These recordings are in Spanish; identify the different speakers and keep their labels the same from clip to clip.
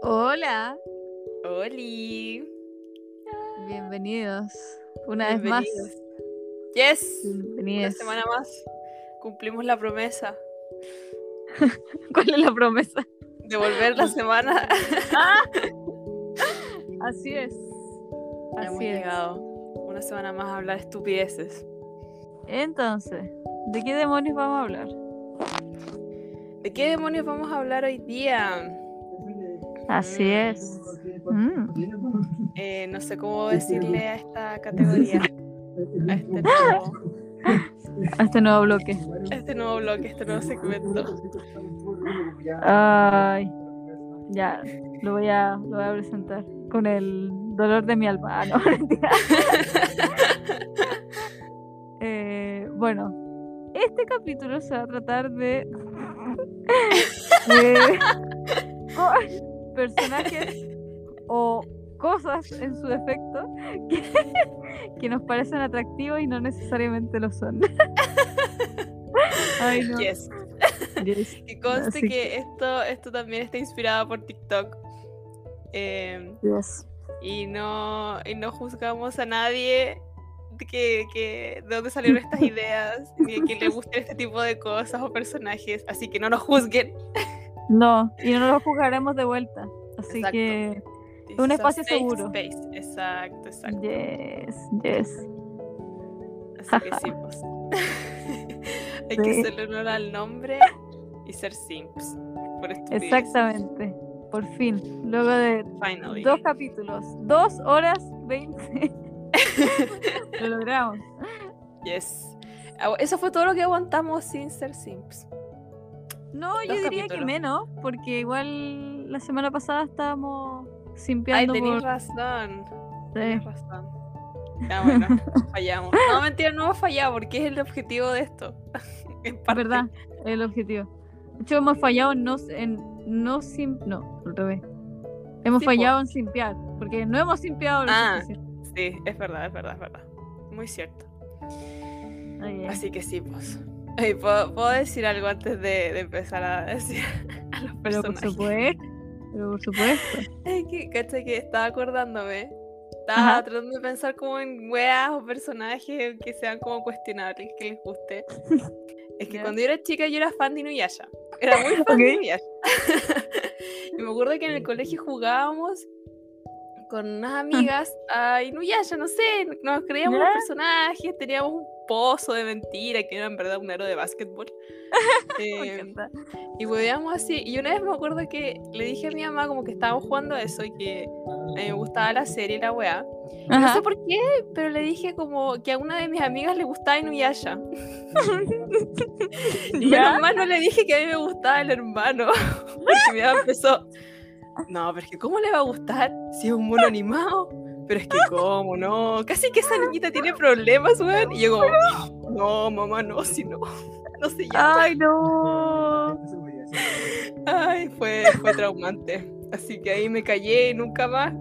Speaker 1: Hola,
Speaker 2: Oli.
Speaker 1: bienvenidos una vez más.
Speaker 2: Bienvenidos. Yes. Una
Speaker 1: Bienvenidos.
Speaker 2: semana más. Cumplimos la promesa
Speaker 1: ¿Cuál es la promesa?
Speaker 2: de volver la semana.
Speaker 1: Así es.
Speaker 2: Ya hemos
Speaker 1: Así es.
Speaker 2: llegado. Una semana más a hablar estupideces.
Speaker 1: Entonces, ¿de qué demonios vamos a hablar?
Speaker 2: ¿De qué demonios vamos a hablar hoy día?
Speaker 1: Así es. Mm.
Speaker 2: Eh, no sé cómo decirle a esta categoría. A
Speaker 1: A este
Speaker 2: este nuevo,
Speaker 1: nuevo bloque.
Speaker 2: a este nuevo bloque, este nuevo segmento.
Speaker 1: Ay, ya, lo voy a, lo voy a presentar con el dolor de mi alma. Ah, no, mentira. Eh, bueno, este capítulo se va a tratar de, de co- personajes o cosas en su defecto que, que nos parecen atractivos y no necesariamente lo son. Ay, no.
Speaker 2: Yes.
Speaker 1: Yes.
Speaker 2: Que conste
Speaker 1: Así
Speaker 2: que esto, esto también está inspirado por TikTok. Eh,
Speaker 1: Yes.
Speaker 2: y no, y no juzgamos a nadie de, que, que- de dónde salieron estas ideas, ni de que le gusten este tipo de cosas o personajes. Así que no nos juzguen.
Speaker 1: No, y no lo jugaremos de vuelta. Así
Speaker 2: Exacto.
Speaker 1: que,
Speaker 2: This
Speaker 1: Un
Speaker 2: is a
Speaker 1: espacio
Speaker 2: safe
Speaker 1: seguro.
Speaker 2: space. Exacto, exacto.
Speaker 1: yes, yes.
Speaker 2: Así que sí, pues. Hay que
Speaker 1: Mm. Sí.
Speaker 2: hacerle honor al nombre y ser simps. Por estupideces.
Speaker 1: Exactamente. Por fin, luego de
Speaker 2: Finally.
Speaker 1: dos capítulos, dos horas veinte. lo logramos.
Speaker 2: Yes. Agu- Eso fue todo lo que aguantamos sin ser simps.
Speaker 1: No, yo
Speaker 2: Dos
Speaker 1: diría que
Speaker 2: capítulos.
Speaker 1: menos, porque igual la semana pasada estábamos
Speaker 2: Ay,
Speaker 1: simpeando
Speaker 2: tenéis
Speaker 1: por... eh,
Speaker 2: razón. Tienes
Speaker 1: Sí.
Speaker 2: razón. Ya bueno, fallamos. No, mentira, no hemos fallado porque es el objetivo de esto. En
Speaker 1: Es
Speaker 2: parte.
Speaker 1: verdad, el objetivo. De hecho, hemos fallado en no, en no sim... No, al revés. Hemos
Speaker 2: Sí, po.
Speaker 1: fallado en simpear, porque no hemos simpeado lo
Speaker 2: Ah.
Speaker 1: suficiente.
Speaker 2: Sí, es verdad, es verdad, es verdad. Muy cierto.
Speaker 1: Ay, ay.
Speaker 2: Así que sí, pues. Oye, ¿puedo, puedo decir algo antes de, de empezar a decir a los
Speaker 1: Pero por
Speaker 2: personajes?
Speaker 1: supuesto, pero por supuesto.
Speaker 2: Es que, cacha, que estaba acordándome. Estaba
Speaker 1: Ajá.
Speaker 2: tratando de pensar como en weas o personajes que sean como cuestionables, que les guste. Es que
Speaker 1: Ya.
Speaker 2: cuando yo era chica yo era fan de Inuyasha. Era muy fan de
Speaker 1: Ok. Mm.
Speaker 2: Inuyasha. y me acuerdo que en el colegio jugábamos con unas amigas a Inuyasha, no sé, nos creíamos los
Speaker 1: Ya.
Speaker 2: personajes, teníamos un pozo de mentira que era en verdad un aro de básquetbol.
Speaker 1: Me
Speaker 2: Eh,
Speaker 1: encanta.
Speaker 2: y hueveamos así. Y una vez me acuerdo que le dije a mi mamá como que estábamos jugando a eso y que a mí me gustaba la serie y la weá. No sé
Speaker 1: Ajá.
Speaker 2: por qué, pero le dije como que a una de mis amigas le gustaba Inuyasha. Y yo
Speaker 1: ¿Ya?
Speaker 2: nomás no le dije que a mí me gustaba el hermano. Porque mi mamá empezó. No, pero es que ¿cómo le va a gustar si es un mono animado? Pero es que cómo, no. Casi que esa niñita tiene problemas, weón. Y yo como, no, mamá, no, si no. No sé ya.
Speaker 1: Ay, no.
Speaker 2: Ay, fue, fue traumante. Así que ahí me callé y nunca más.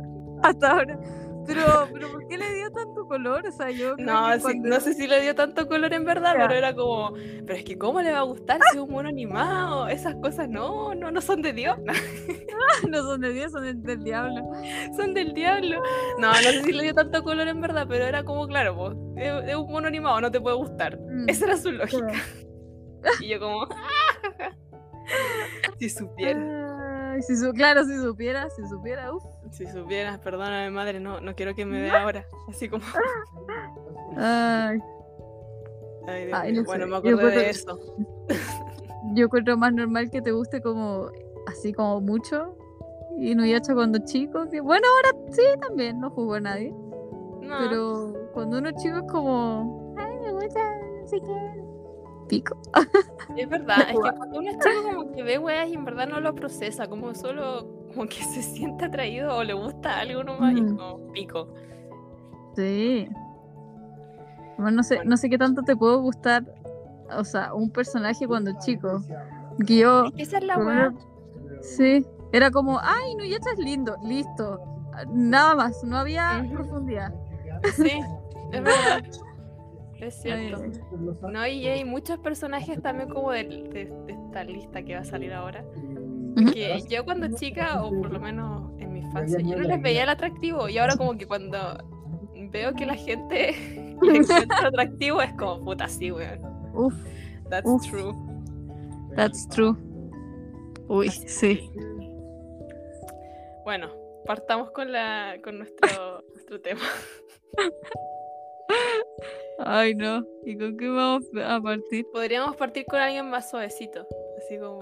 Speaker 1: Hasta ahora. Pero, pero ¿por qué le dio tanto color? O sea, yo creo
Speaker 2: No,
Speaker 1: que
Speaker 2: sí-
Speaker 1: cuando-
Speaker 2: no sé si le dio tanto color en verdad,
Speaker 1: Ya.
Speaker 2: pero era como, pero es que ¿cómo le va a gustar si es un mono animado? Esas cosas no, no, no son de Dios,
Speaker 1: no son de Dios, son del, del diablo.
Speaker 2: son del diablo. No, no sé si le dio tanto color en verdad, pero era como, claro, pues, es, es un mono animado, no te puede gustar.
Speaker 1: Mm,
Speaker 2: Esa era su
Speaker 1: claro.
Speaker 2: lógica. Y yo como, si supieras,
Speaker 1: Ay, si su- claro, si supiera, si supiera, uff.
Speaker 2: si supieras, perdóname madre, no, no quiero que me vea ahora. Así como...
Speaker 1: Ay,
Speaker 2: Ay, Dios
Speaker 1: Ay,
Speaker 2: mío.
Speaker 1: no sé.
Speaker 2: bueno, me
Speaker 1: Yo
Speaker 2: acordé
Speaker 1: encuentro
Speaker 2: de
Speaker 1: que-
Speaker 2: eso.
Speaker 1: yo encuentro más normal que te guste como así como mucho. Y Nuyacha cuando chico, que bueno, ahora sí también, no jugó nadie.
Speaker 2: No,
Speaker 1: Ah. Pero cuando uno es chico es como, ay, me gusta, no sé qué. Pico.
Speaker 2: es verdad, es
Speaker 1: Ua.
Speaker 2: que cuando uno es chico como que ve weas y en verdad no lo procesa, como solo como que se siente atraído o le gusta algo nomás y es
Speaker 1: Mm.
Speaker 2: como pico.
Speaker 1: Sí. Bueno, no sé, no sé qué tanto te puede gustar, o sea, un personaje cuando chico. Que yo,
Speaker 2: Esa es la
Speaker 1: por
Speaker 2: wea.
Speaker 1: ejemplo, sí, era como, ay, no, ya estás lindo, listo. Nada más, no había
Speaker 2: Ujú.
Speaker 1: profundidad.
Speaker 2: Sí, es verdad. Es cierto.
Speaker 1: Ay,
Speaker 2: No, y hay muchos personajes también como del- de, de esta lista que va a salir ahora.
Speaker 1: Ujú.
Speaker 2: Que yo cuando chica, o por lo menos en mi infancia. Yo no les veía el atractivo y ahora como que cuando veo que la gente le encuentra atractivo es como puta sí, weón.
Speaker 1: Uf,
Speaker 2: That's
Speaker 1: Uf.
Speaker 2: true.
Speaker 1: that's true. Uy, sí.
Speaker 2: Bueno, partamos con la con nuestro nuestro tema.
Speaker 1: Ay, no. ¿Y con qué vamos a partir?
Speaker 2: Podríamos partir con alguien más suavecito, así como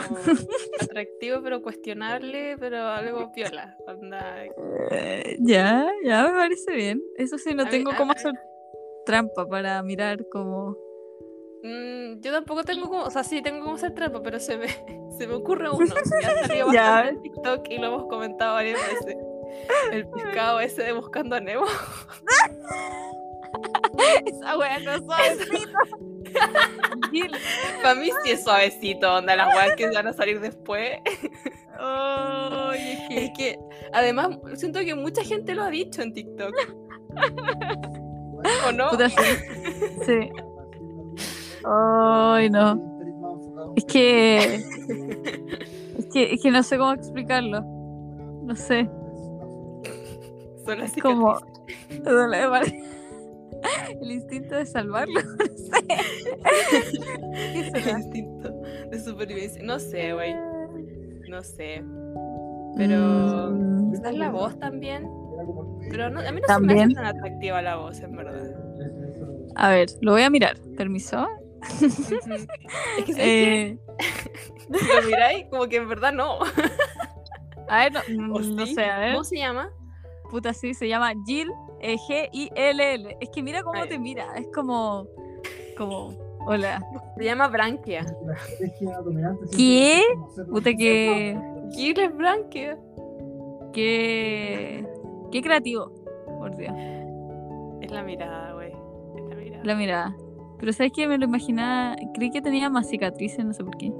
Speaker 2: atractivo pero cuestionable, pero algo piola. Onda,
Speaker 1: Eh, ya, ya me parece bien. Eso sí,
Speaker 2: A
Speaker 1: no
Speaker 2: mí-
Speaker 1: tengo
Speaker 2: a-
Speaker 1: cómo
Speaker 2: a-
Speaker 1: hacer trampa para mirar como...
Speaker 2: Mm, yo tampoco tengo como, o sea, sí tengo como hacer trampa, pero se me, se me ocurre uno. Ya salió
Speaker 1: Ya.
Speaker 2: bastante en TikTok y lo hemos comentado varias veces. El pescado ese de buscando a Nemo.
Speaker 1: Esa wea no es suavecito. Gil.
Speaker 2: Para mí sí es suavecito, onda, las weas que van a salir después.
Speaker 1: Ay, es
Speaker 2: Es
Speaker 1: que-
Speaker 2: que, además, siento que mucha gente lo ha dicho en TikTok. ¿O no?
Speaker 1: Puta, sí. Sí. Ay, no. Es que... es que... Es que no sé cómo explicarlo. No sé.
Speaker 2: Son las
Speaker 1: Es como... duele, vale. El instinto de salvarlo. No sé. ¿Qué
Speaker 2: cicatrices, el
Speaker 1: será?
Speaker 2: instinto de supervivencia. No sé, güey. No sé. Pero-
Speaker 1: Mm,
Speaker 2: Quizás la voz también. Pero no- a mí no se
Speaker 1: También.
Speaker 2: me hace tan atractiva la voz, en verdad.
Speaker 1: a ver, lo voy a mirar. Permiso.
Speaker 2: Ujú. es que, ¿sabes qué?
Speaker 1: Eh,
Speaker 2: Si lo miráis, como que en verdad no.
Speaker 1: a ver, no, mm,
Speaker 2: ¿O
Speaker 1: no
Speaker 2: sí?
Speaker 1: sé, a ver.
Speaker 2: ¿Cómo se llama?
Speaker 1: Puta, sí, se llama Jill eh, G-I-L-L. Es que mira cómo
Speaker 2: Ay.
Speaker 1: te mira. Es como. Como. Hola.
Speaker 2: Se llama Branquia.
Speaker 1: ¿Qué? Puta, que.
Speaker 2: Gil es Branquia.
Speaker 1: Qué. Qué creativo. Por Dios.
Speaker 2: Es la mirada, güey. Es la mirada.
Speaker 1: La mirada. Pero sabes que me lo imaginaba. Creí que tenía más cicatrices, no sé por qué.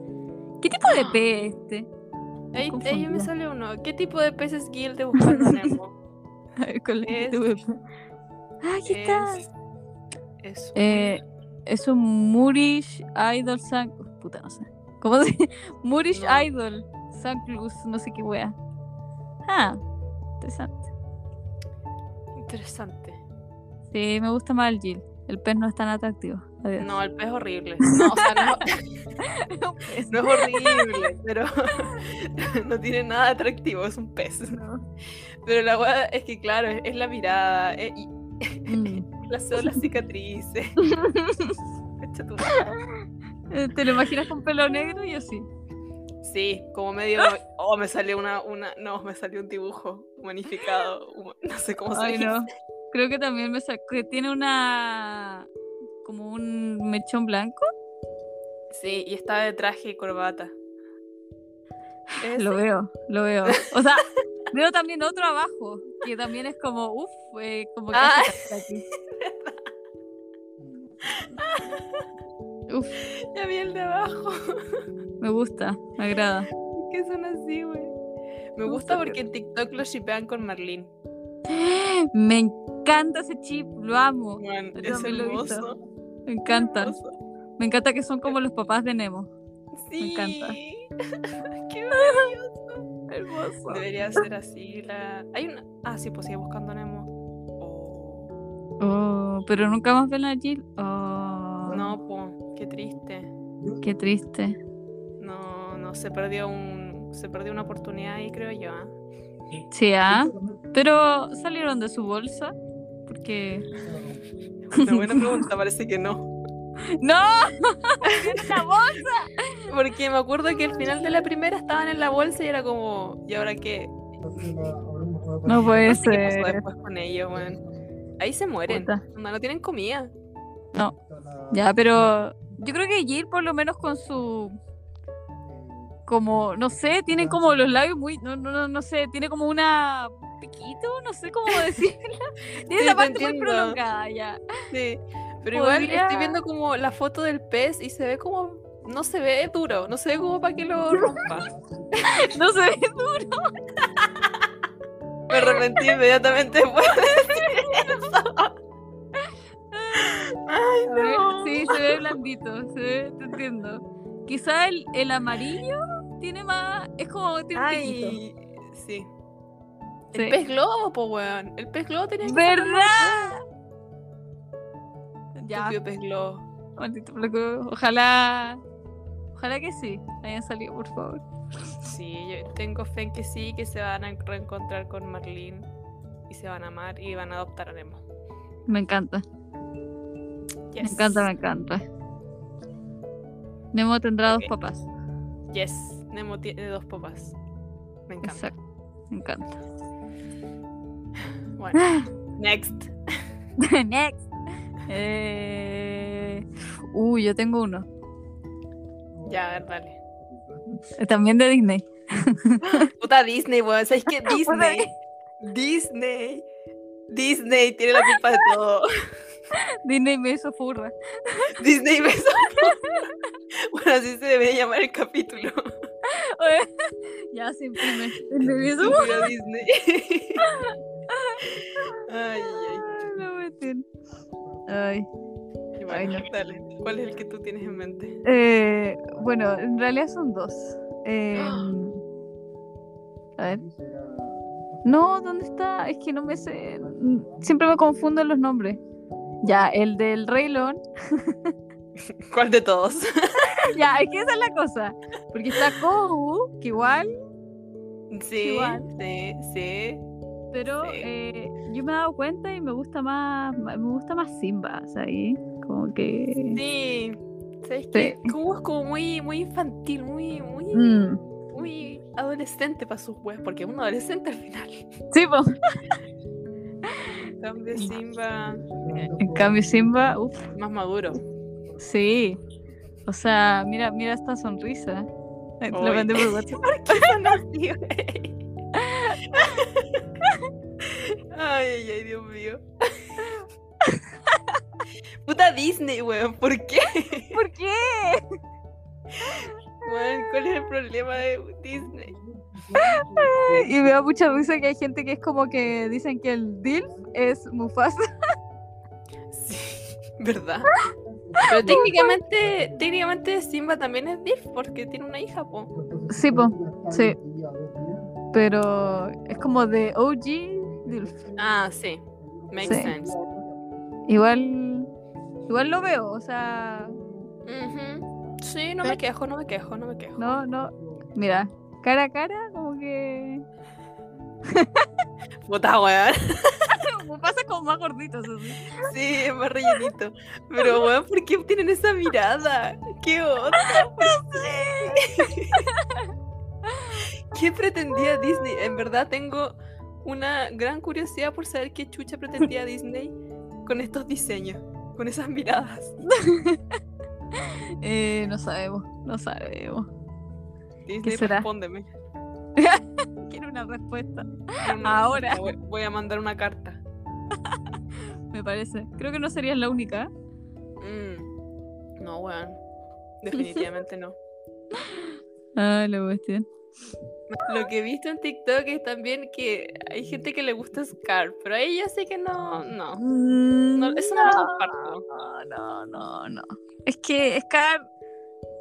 Speaker 1: ¿Qué tipo de pez es este?
Speaker 2: Ahí, ahí me
Speaker 1: confundida.
Speaker 2: sale uno. ¿Qué tipo de pez es Gil de Buscando a Nemo?
Speaker 1: A ver, con la
Speaker 2: Es-
Speaker 1: que tuve. Ah, aquí está.
Speaker 2: Es. es un-
Speaker 1: Eh, es un Moorish Idol San... Uf, puta, no sé. ¿Cómo se Moorish
Speaker 2: No.
Speaker 1: Idol San Cruz, no sé qué wea. Ah, interesante.
Speaker 2: Interesante.
Speaker 1: Sí, me gusta más el Jill. El pez no es tan atractivo. Adiós.
Speaker 2: No, el pez es horrible. No, o sea,
Speaker 1: Es-
Speaker 2: no, no es horrible, pero no tiene nada de atractivo, es un pez. Pero la weá es que, claro, es, es la mirada, eh, y
Speaker 1: Mm.
Speaker 2: las, son las cicatrices. Cacha tu madre.
Speaker 1: Eh, ¿Te lo imaginas con pelo negro? Yo sí.
Speaker 2: Sí, como medio. Oh, me salió una, una. No, me salió un dibujo humanificado. huma- No sé cómo se
Speaker 1: Ay,
Speaker 2: dice.
Speaker 1: no. Creo que también me sacó. Que tiene una. Como un mechón blanco.
Speaker 2: Sí, y estaba de traje y corbata. Ese.
Speaker 1: Lo veo, lo veo. O sea, veo también otro abajo, que también es como, uff, como que
Speaker 2: Ah.
Speaker 1: hace calor aquí.
Speaker 2: Ya vi el de abajo.
Speaker 1: Me gusta, me agrada.
Speaker 2: ¿Qué son así, güey? Me
Speaker 1: No
Speaker 2: gusta
Speaker 1: sé.
Speaker 2: porque en TikTok lo shipean con Marlene.
Speaker 1: Me encanta ese chip, lo amo.
Speaker 2: Weón,
Speaker 1: Yo
Speaker 2: es
Speaker 1: también lo he visto.
Speaker 2: hermoso.
Speaker 1: Me encanta.
Speaker 2: hermoso.
Speaker 1: Me encanta que son como los papás de Nemo.
Speaker 2: Sí.
Speaker 1: encanta.
Speaker 2: Qué
Speaker 1: Hermoso.
Speaker 2: Debería ser así la. Hay una. Ah, sí, pues sigue buscando a Nemo. Oh,
Speaker 1: Oh, pero nunca más ven a Jill. Oh,
Speaker 2: No, po, qué triste.
Speaker 1: Qué triste.
Speaker 2: No, no, se perdió un. Se perdió una oportunidad ahí, creo yo. ¿ah?
Speaker 1: Sí, ah. Pero salieron de su bolsa. Porque.
Speaker 2: Una buena pregunta, parece que no.
Speaker 1: ¡No! ¡Tienen la bolsa!
Speaker 2: Porque me acuerdo que al final de la primera estaban en la bolsa y era como. ¿Y ahora qué?
Speaker 1: No puede
Speaker 2: No sé qué pasó
Speaker 1: ser.
Speaker 2: después con ellos, weón. Ahí se mueren.
Speaker 1: Puta.
Speaker 2: Onda, no tienen comida.
Speaker 1: Ya, pero yo creo que Jill por lo menos con su como no sé, tiene como los labios muy no no no, no sé, tiene como una piquito, no sé cómo decirlo. Tiene
Speaker 2: Sí,
Speaker 1: esa
Speaker 2: te
Speaker 1: parte muy
Speaker 2: entiendo.
Speaker 1: prolongada ya.
Speaker 2: Sí. Pero igual
Speaker 1: Podría-
Speaker 2: estoy viendo como la foto del pez y se ve como. No se ve duro, no se ve como para que lo rompa.
Speaker 1: No sé.
Speaker 2: Me arrepentí inmediatamente después de decir eso. Ay, no.
Speaker 1: Sí, se ve blandito, se ve, te entiendo. Quizá el, el amarillo tiene más es como tiene un piquito.
Speaker 2: Ay, sí. El pez globo, po, weón. El pez globo tenía que
Speaker 1: ¿Verdad?
Speaker 2: ser.
Speaker 1: Ya.
Speaker 2: Estúpido pez globo.
Speaker 1: Maldito flaco. Ojalá. Ojalá que sí. Hayan salido, por favor.
Speaker 2: Sí, yo tengo fe en que sí, que se van a reencontrar con Marlene y se van a amar y van a adoptar a Nemo.
Speaker 1: Me encanta. Me
Speaker 2: Yes.
Speaker 1: encanta, me encanta. Nemo tendrá
Speaker 2: Ok.
Speaker 1: dos papás.
Speaker 2: Yes. Nemo tiene dos papás. Me encanta.
Speaker 1: Exacto. Me encanta.
Speaker 2: Bueno. Next.
Speaker 1: Next. Eh... Uy, yo tengo uno.
Speaker 2: Ya, a ver, dale.
Speaker 1: Eh, También de Disney.
Speaker 2: Puta Disney, weón. ¿Sabes qué?
Speaker 1: Puta
Speaker 2: Disney. Disney. Disney tiene la culpa de todo.
Speaker 1: Disney me hizo furra.
Speaker 2: Disney me Bueno, así se debería llamar el capítulo.
Speaker 1: ya se imprime. Disney me hizo
Speaker 2: Estúpido Disney. Ay, ay,
Speaker 1: furra. la cuestión. Ay.
Speaker 2: ay. Bueno,
Speaker 1: Ay, no.
Speaker 2: dale. ¿Cuál es el que tú tienes en mente?
Speaker 1: Eh, bueno, en realidad son dos. Eh, a ver. No, ¿dónde está? Es que no me sé. Siempre me confundo en los nombres. Ya, el del Rey León.
Speaker 2: ¿Cuál de todos?
Speaker 1: Ya, es que esa es la cosa. Porque está Kogu, que igual,
Speaker 2: Sí,
Speaker 1: Igual.
Speaker 2: sí, sí.
Speaker 1: pero
Speaker 2: Sí.
Speaker 1: eh, yo me he dado cuenta y me gusta más, me gusta más Simba, o sea, ahí como que...
Speaker 2: Sí. ¿Sabes
Speaker 1: Sí.
Speaker 2: qué? Como es como muy, muy infantil, muy, muy,
Speaker 1: Mm.
Speaker 2: muy adolescente para sus weas, porque es un adolescente al final.
Speaker 1: Sí, po.
Speaker 2: En cambio, Simba, eh,
Speaker 1: en cambio Simba, uff,
Speaker 2: más maduro.
Speaker 1: sí. O sea, mira, mira esta sonrisa. Ay, te Lo
Speaker 2: Uy.
Speaker 1: mandé por WhatsApp.
Speaker 2: No, sí, güey. Ay, ay, ay, Dios mío. Puta Disney, weón. ¿Por qué?
Speaker 1: ¿Por qué?
Speaker 2: Weón, ¿cuál es el problema de Disney?
Speaker 1: Y me da mucha risa que hay gente que es como que dicen que el DILF es Mufasa.
Speaker 2: Sí, ¿verdad? Pero técnicamente, técnicamente Simba también es Diff porque tiene una hija, po.
Speaker 1: Sí, po. Sí. Pero es como de OG DILF.
Speaker 2: Ah, sí. Makes
Speaker 1: Sí.
Speaker 2: sense.
Speaker 1: Igual. Igual lo veo, o sea.
Speaker 2: Ujú. Sí, no me quejo, no me quejo, no me quejo.
Speaker 1: No, no. Mira, cara a cara, como que.
Speaker 2: Puta, weón.
Speaker 1: Mufasa como más gordito, eso sí.
Speaker 2: Sí, es más rellenito. Pero, weón, ¿por qué tienen esa mirada? ¿Qué onda? ¿Por qué? ¿Qué pretendía Disney? En verdad tengo una gran curiosidad por saber qué chucha pretendía Disney con estos diseños, con esas miradas.
Speaker 1: Eh, no sabemos, no sabemos.
Speaker 2: Disney,
Speaker 1: será?
Speaker 2: respóndeme.
Speaker 1: Quiero una respuesta.
Speaker 2: Quiero una
Speaker 1: Ahora.
Speaker 2: respuesta. Voy- Voy a mandar una carta.
Speaker 1: Me parece. Creo que no serías la única. ¿eh?
Speaker 2: Mm. No, weón. Definitivamente no.
Speaker 1: Ah, la cuestión.
Speaker 2: Lo que he visto en TikTok es también que hay gente que le gusta Scar, pero ahí ya sé que no, no. Mm, No, eso no lo comparto.
Speaker 1: No, no, no, no. Es que Scar,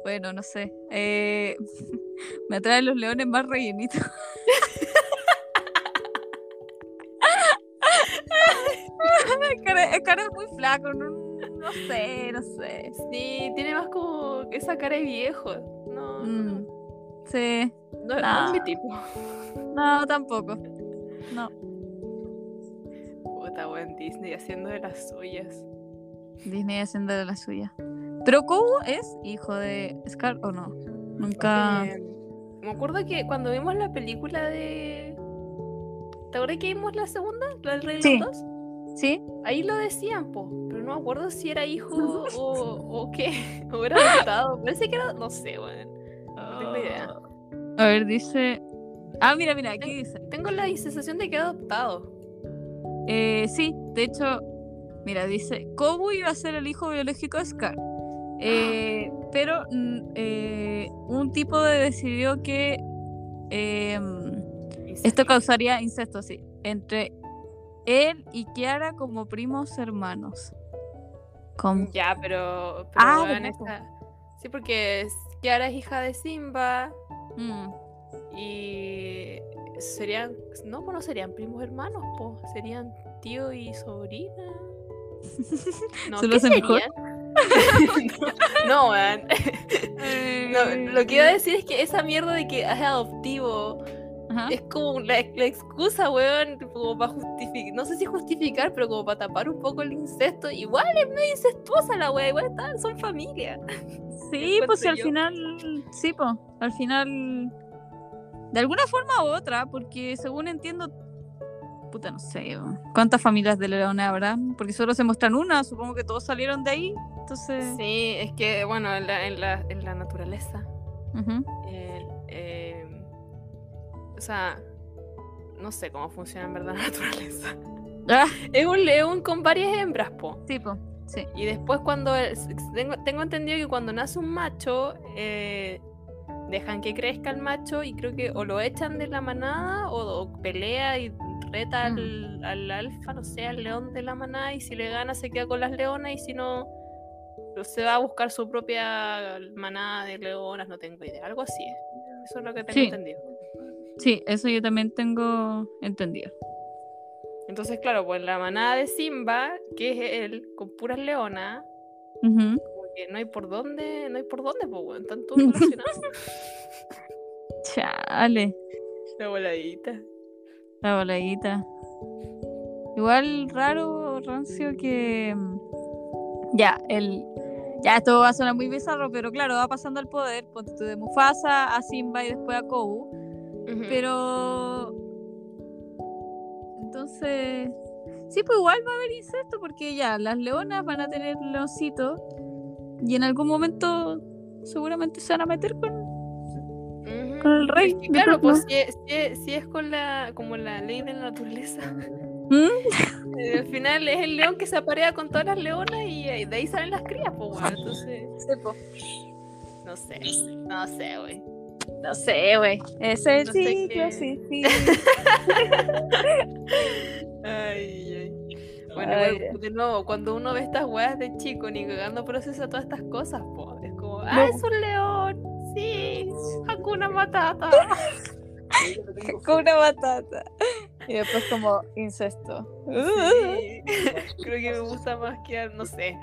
Speaker 1: bueno, no sé. eh, me atraen los leones más rellenitos. Scar, es- Scar es muy flaco, no, no sé, no sé.
Speaker 2: Sí, tiene más como esa cara de viejo. No,
Speaker 1: Mm, Ah.
Speaker 2: no,
Speaker 1: sí,
Speaker 2: no, no
Speaker 1: Nah.
Speaker 2: es mi tipo.
Speaker 1: no, tampoco.
Speaker 2: Puta, weón, Disney haciendo de las suyas.
Speaker 1: Disney haciendo de la suya. Pero Kogu es hijo de Scar o no? Nunca.
Speaker 2: Eh, me acuerdo que cuando vimos la película de. ¿Te acuerdas que vimos la segunda? La del Rey
Speaker 1: Sí.
Speaker 2: León 2?
Speaker 1: ¿Sí?
Speaker 2: Ahí lo decían, po, pero no me acuerdo si era hijo o, o qué. O era adoptado. Parece que era. No sé, weón. No tengo idea.
Speaker 1: A ver, dice. Ah, mira, mira, aquí dice.
Speaker 2: Tengo la sensación de que era adoptado.
Speaker 1: Eh, sí, de hecho, mira, dice, Kobu iba a ser el hijo biológico de Scar. Eh, pero mm, eh, un tipo de decidió que eh, esto causaría incesto, sí, entre él y Kiara como primos hermanos. Como-
Speaker 2: Ya, pero. pero
Speaker 1: Ah,
Speaker 2: weón,
Speaker 1: ¿verdad, po?
Speaker 2: esta- Sí, porque es- Kiara es hija de Simba
Speaker 1: Mm,
Speaker 2: y serían. No, pues no serían primos hermanos, po. Serían tío y sobrina. No,
Speaker 1: ¿Se lo
Speaker 2: ¿qué
Speaker 1: hace mejor?
Speaker 2: serían? no, weón. No, lo que iba a
Speaker 1: es
Speaker 2: decir es que esa mierda de que es adoptivo es como la, la excusa, weón, como para justificar, no sé si justificar, pero como para tapar un poco el incesto. Igual es medio incestuosa la wea, igual están, son familia.
Speaker 1: Sí, pues si
Speaker 2: encuentro
Speaker 1: al
Speaker 2: yo.
Speaker 1: final, sí, pues, al final, de alguna forma u otra, porque según entiendo, puta, no sé, weón, ¿cuántas familias de León habrá? Porque solo se muestran una, supongo que todos salieron de ahí, entonces...
Speaker 2: Sí, es que, bueno, en la, en la, en la naturaleza.
Speaker 1: ujú.
Speaker 2: el, eh, o sea, no sé cómo funciona en verdad la naturaleza.
Speaker 1: Ah,
Speaker 2: Es un león con varias hembras, po.
Speaker 1: sí, pues, sí.
Speaker 2: Y después cuando el- tengo, tengo entendido que cuando nace un macho, eh, dejan que crezca el macho y creo que o lo echan de la manada o, o pelea y reta al, al alfa, no sé, al león de la manada y si le gana se queda con las leonas y si no se va a buscar su propia manada de leonas, no tengo idea, algo así. es. Eso es lo que tengo
Speaker 1: Sí.
Speaker 2: entendido.
Speaker 1: Sí, eso yo también tengo entendido.
Speaker 2: Entonces, claro, pues la manada de Simba, que es él, con puras leonas,
Speaker 1: Ujú.
Speaker 2: como que no hay por dónde, no hay por dónde, pues, weón, están todos relacionados.
Speaker 1: Chale,
Speaker 2: La voladita.
Speaker 1: la voladita. Igual raro, rancio, que... mm, Ya, el... Ya, esto va a sonar muy bizarro, pero claro, va pasando al poder, ponte tú de Mufasa a Simba y después a Kou. Pero... Entonces... Sí, pues igual va a haber incesto porque ya, las leonas van a tener leoncitos y en algún momento seguramente se van a meter con
Speaker 2: Ujú.
Speaker 1: con el rey,
Speaker 2: Es que,
Speaker 1: yo creo
Speaker 2: claro,
Speaker 1: que
Speaker 2: pues si es, si es- si es con la, como la ley de la naturaleza.
Speaker 1: ¿Mm?
Speaker 2: Eh, Al final es el león que se aparea con todas las leonas y eh, de ahí salen las crías, pues, weón. Entonces, no sé, no sé, güey.
Speaker 1: No sé, güey. Ese
Speaker 2: No sé
Speaker 1: sí,
Speaker 2: qué-
Speaker 1: sí, sí.
Speaker 2: Ay, ay. Bueno,
Speaker 1: Ay,
Speaker 2: igual, de nuevo, cuando uno ve estas weas de chico, ni cagando procesa todas estas cosas, po. Es como, ¡ah, es un león! ¡Sí! ¡Hakuna Matata!
Speaker 1: Con una batata. Y después como incesto.
Speaker 2: Sí. Creo que me gusta más que, no sé,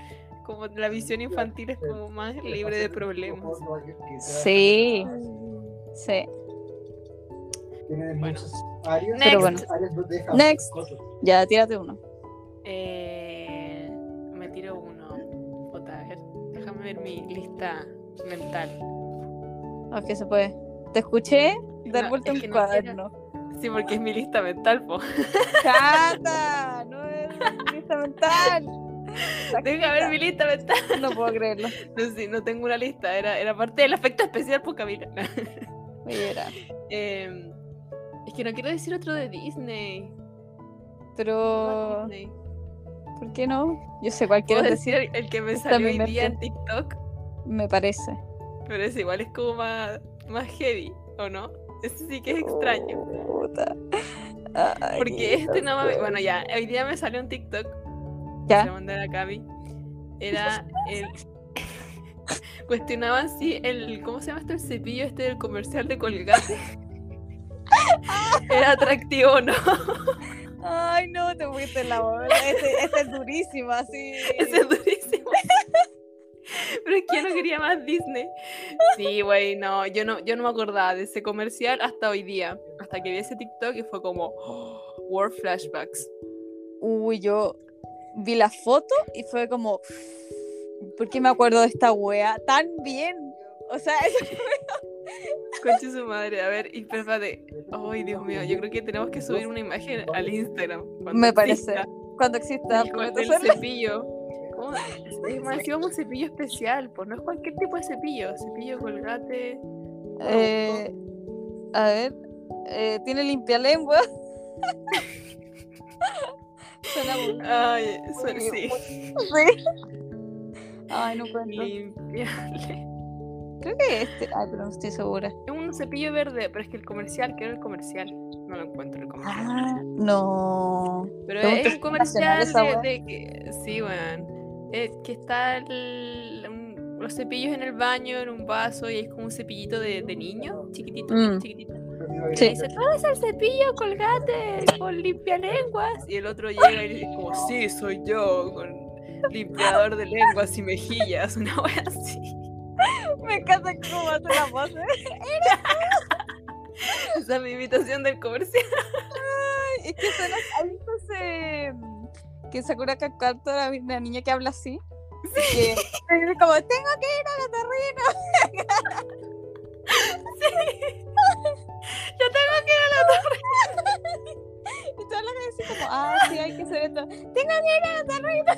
Speaker 2: como la visión infantil es como más libre de problemas.
Speaker 1: Sí, sí.
Speaker 2: Bueno.
Speaker 1: Pero bueno. Next. Ya, tírate uno.
Speaker 2: Eh, me tiro uno. Puta, a ver, déjame ver mi lista mental.
Speaker 1: Ok, se puede. Te escuché dar
Speaker 2: No,
Speaker 1: vuelta
Speaker 2: es
Speaker 1: un
Speaker 2: que no
Speaker 1: cuaderno.
Speaker 2: Sí, porque es mi lista mental, po.
Speaker 1: ¡Cata! No es lista mental.
Speaker 2: Deja ver mi lista mental.
Speaker 1: No puedo creerlo.
Speaker 2: No, sí, no tengo una lista, era, era parte del afecto especial por Camila.
Speaker 1: Voy a llorar.
Speaker 2: Eh, es que no quiero decir otro de Disney.
Speaker 1: Pero,
Speaker 2: Más Disney.
Speaker 1: ¿por qué no? Yo sé cuál
Speaker 2: Quiero
Speaker 1: Oh. quieres
Speaker 2: decir
Speaker 1: decir,
Speaker 2: el- el que me
Speaker 1: Está
Speaker 2: salió
Speaker 1: mi
Speaker 2: hoy día en
Speaker 1: mente.
Speaker 2: TikTok,
Speaker 1: me parece.
Speaker 2: pero es igual, es como más, más heavy, ¿o no? Ese sí que es extraño.
Speaker 1: Puta. Ay,
Speaker 2: Porque este no me... Bueno, ya, hoy día me salió un TikTok se lo
Speaker 1: Ya.
Speaker 2: mandé a la Cami. Era el... Cuestionaban si el... ¿Cómo se llama esto? El cepillo este del comercial de Colgate. Era atractivo o no.
Speaker 1: Ay, no, te fuiste en la bola. Este, este es durísimo, así.
Speaker 2: Ese es durísimo. Pero es que yo no quería más Disney. Sí, güey, no yo, no. yo no me acordaba de ese comercial hasta hoy día. Hasta que vi ese TikTok y fue como... "Oh, World flashbacks.
Speaker 1: Uy, yo vi la foto y fue como. ¿Por qué me acuerdo de esta wea tan bien? O sea, es-
Speaker 2: Conche su madre. A ver, y espérate. Ay, Dios mío. Yo creo que tenemos que subir una imagen al Instagram. cuando
Speaker 1: Me parece.
Speaker 2: exista.
Speaker 1: cuando exista,
Speaker 2: Y con
Speaker 1: prometo
Speaker 2: el
Speaker 1: serlo.
Speaker 2: cepillo. ¿Cómo? Es más, encima un cepillo especial, pues no es cualquier tipo de cepillo. Cepillo, colgate.
Speaker 1: Eh, a ver, eh, tiene limpia lengua. Suena muy-
Speaker 2: Ay,
Speaker 1: muy-
Speaker 2: eso sí.
Speaker 1: Ah, sí. Ay, no cuento.
Speaker 2: Limpiable.
Speaker 1: Creo que este. Ay, pero no estoy segura.
Speaker 2: Es un cepillo verde, pero es que el comercial, que era el comercial. No lo encuentro el comercial.
Speaker 1: Ah, no.
Speaker 2: Pero
Speaker 1: es un
Speaker 2: es un
Speaker 1: cepillo nacional
Speaker 2: comercial
Speaker 1: esa
Speaker 2: de,
Speaker 1: weá.
Speaker 2: de que. Sí, weón. Eh, que está el- un- los cepillos en el baño, en un vaso, y es como un cepillito de, de niño, chiquitito,
Speaker 1: Mm.
Speaker 2: chiquitito. Sí. Se pasa el cepillo, colgate, con limpia lenguas. Y el otro llega y dice como, sí, soy yo, con limpiador de lenguas y mejillas, una wea así.
Speaker 1: Me encanta cómo hace la voz.
Speaker 2: Esa es mi imitación del comercial.
Speaker 1: Ay, es que son las ¿has visto ese- que Sakura Kakato, la, la niña que habla así. Sí. Que, es como, tengo que ir a la terrina. sí. Yo tengo que ir a la terrina. Y toda la gente así como, ah, sí, hay que hacer esto. Tengo que ir a la terrina.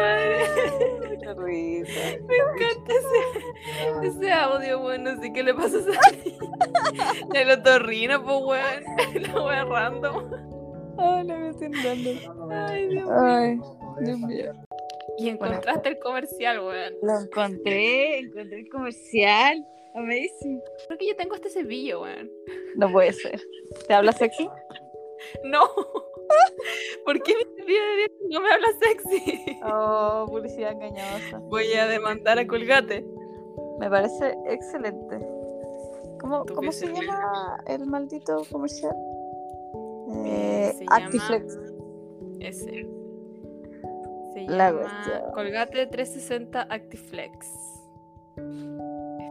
Speaker 1: Qué risa.
Speaker 2: Me encanta ese, ese audio, weón. No sé qué le pasa a esa niña. El otorrino, pues, weón. La wea random.
Speaker 1: Ay, la me estoy entrando.
Speaker 2: Ay, Dios
Speaker 1: Ay, Dios mío.
Speaker 2: Y encontraste el comercial, weón.
Speaker 1: Lo encontré, encontré el comercial. Amazing.
Speaker 2: Creo que yo tengo este cepillo, weón.
Speaker 1: No puede ser. ¿Te habla sexy?
Speaker 2: No. ¿Por qué mi cepillo de dientes no me habla sexy?
Speaker 1: Oh, publicidad engañosa.
Speaker 2: Voy a demandar a Colgate.
Speaker 1: Me parece excelente. ¿Cómo,
Speaker 2: Tú
Speaker 1: cómo se
Speaker 2: piensas,
Speaker 1: llama el maldito comercial?
Speaker 2: Eh,
Speaker 1: Eh,
Speaker 2: se
Speaker 1: Actiflex.
Speaker 2: llama- Ese. Se
Speaker 1: La
Speaker 2: llama
Speaker 1: cuestión.
Speaker 2: Colgate 360 Actiflex.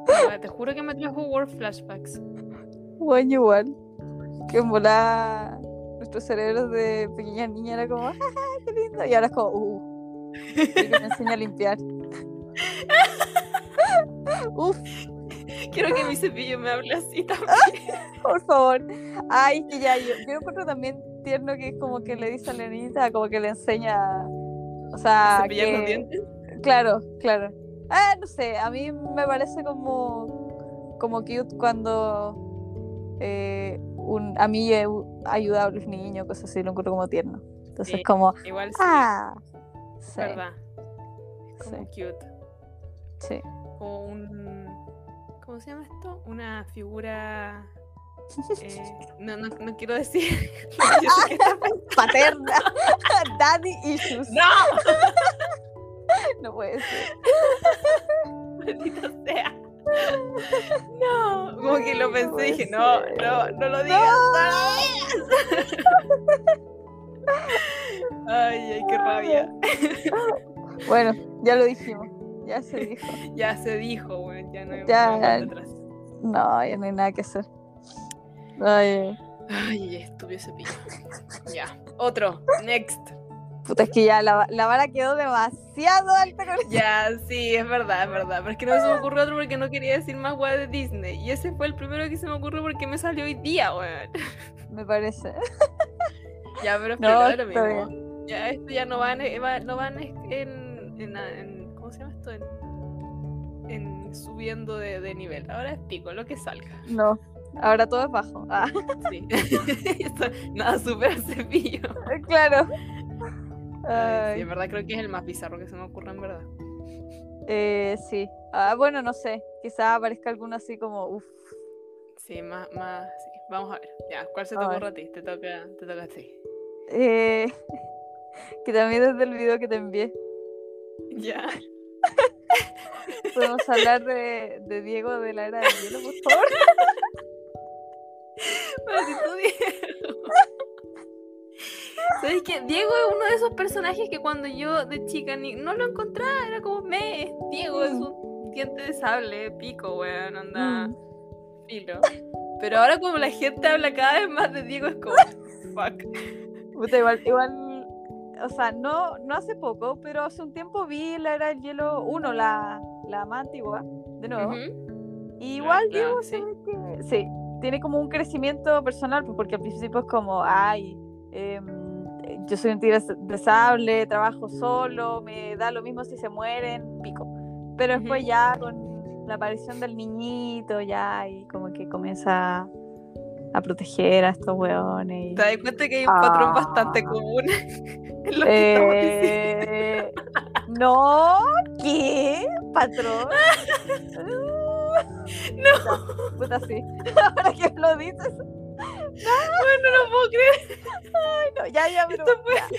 Speaker 2: Esta weá, Te juro que me trajo Word flashbacks.
Speaker 1: Bueno, igual. Que en volá nuestros cerebros de pequeña niña era como, ¡ah, qué lindo! Y ahora es como, ¡uh! que me enseña a limpiar. ¡Uf!
Speaker 2: Quiero
Speaker 1: Ah.
Speaker 2: que mi cepillo me hable así también.
Speaker 1: Por favor. Ay, que ya, yo, yo encuentro también tierno que es como que le dice a la niñita, como que le enseña. O sea,
Speaker 2: Cepillar los
Speaker 1: que-
Speaker 2: dientes.
Speaker 1: claro, claro. Ah, no sé, a mí me parece como, como cute cuando eh, un, a mí he u- ayudado a los niños, cosas así, lo encuentro como tierno. Entonces,
Speaker 2: Sí,
Speaker 1: como,
Speaker 2: Igual sí,
Speaker 1: ah, sí,
Speaker 2: verdad. Es
Speaker 1: sí,
Speaker 2: como cute.
Speaker 1: sí.
Speaker 2: Como un. ¿Cómo se llama esto? Una figura. eh, no, no, no quiero decir. Yo sé que está-
Speaker 1: Paterna, daddy issues.
Speaker 2: ¡No!
Speaker 1: No puede ser.
Speaker 2: Maldito sea. No. Como que lo
Speaker 1: No
Speaker 2: pensé y dije,
Speaker 1: puede
Speaker 2: no,
Speaker 1: ser.
Speaker 2: no, no lo digas.
Speaker 1: No.
Speaker 2: Ay, ay, qué rabia.
Speaker 1: Bueno, ya lo dijimos, ya se dijo.
Speaker 2: Ya se dijo, weón. Ya no hay
Speaker 1: Ya,
Speaker 2: no hay vuelta atrás.
Speaker 1: No, ya no hay nada que hacer. Ay,
Speaker 2: Ay, estúpido cepillo. Ya. Otro. Next.
Speaker 1: puta, es que ya la, la vara quedó demasiado alta con
Speaker 2: Ya, sí, es verdad, es verdad. Pero es que no se me ocurrió otro porque no quería decir más weá de Disney. Y ese fue el primero que se me ocurrió porque me salió hoy día, weón.
Speaker 1: Me parece.
Speaker 2: Ya, pero
Speaker 1: No,
Speaker 2: espera, lo
Speaker 1: está
Speaker 2: mismo. Ya, esto ya no va en, va- no van en, en- en- ¿Cómo se llama esto? En, en subiendo de, de nivel. Ahora es pico, lo que salga.
Speaker 1: No, ahora todo es bajo. Ah,
Speaker 2: Sí. Esto, nada supera el cepillo.
Speaker 1: claro.
Speaker 2: Ay, sí,
Speaker 1: Ay,
Speaker 2: en verdad creo que es el más bizarro que se me ocurre, en verdad.
Speaker 1: eh, sí. Ah, bueno, no sé. Quizá aparezca alguno así como, uff.
Speaker 2: Sí, más, más. sí. Vamos a ver. Ya, ¿cuál se
Speaker 1: A
Speaker 2: te
Speaker 1: ver.
Speaker 2: ocurre a ti? Te toca, te toca a ti.
Speaker 1: Eh, que también desde el video que te envié.
Speaker 2: Ya.
Speaker 1: Podemos hablar de, de Diego de la era del hielo, por favor.
Speaker 2: Maldito Diego. ¿Sabes qué? Diego es uno de esos personajes que cuando yo de chica ni, no lo encontraba, era como, me, Diego es un diente de sable, pico, weón, anda,
Speaker 1: Mm.
Speaker 2: filo. Pero ahora como la gente habla cada vez más de Diego, es como, fuck.
Speaker 1: Puta, igual, igual, o sea, no, no hace poco, pero hace un tiempo vi la era del hielo 1, la, la más antigua, de nuevo.
Speaker 2: Ujú.
Speaker 1: Y igual
Speaker 2: claro,
Speaker 1: Diego
Speaker 2: sí.
Speaker 1: se ve que- sí, tiene como un crecimiento personal, pues, porque al principio es como, ay, em, yo soy un tigre de sable, trabajo solo, me da lo mismo si se mueren, pico. Pero después
Speaker 2: Ujú.
Speaker 1: ya con la aparición del niñito, ya, y como que comienza a proteger a estos hueones. y-
Speaker 2: ¿Te das cuenta que hay un patrón
Speaker 1: Ah.
Speaker 2: bastante común en lo que estamos diciendo?
Speaker 1: Eh, no, ¿qué? ¿Patrón? no. Puta, sí. Ahora que lo dices,
Speaker 2: Bueno, no lo puedo creer,
Speaker 1: no, ya, ya, pero...
Speaker 2: esto fue...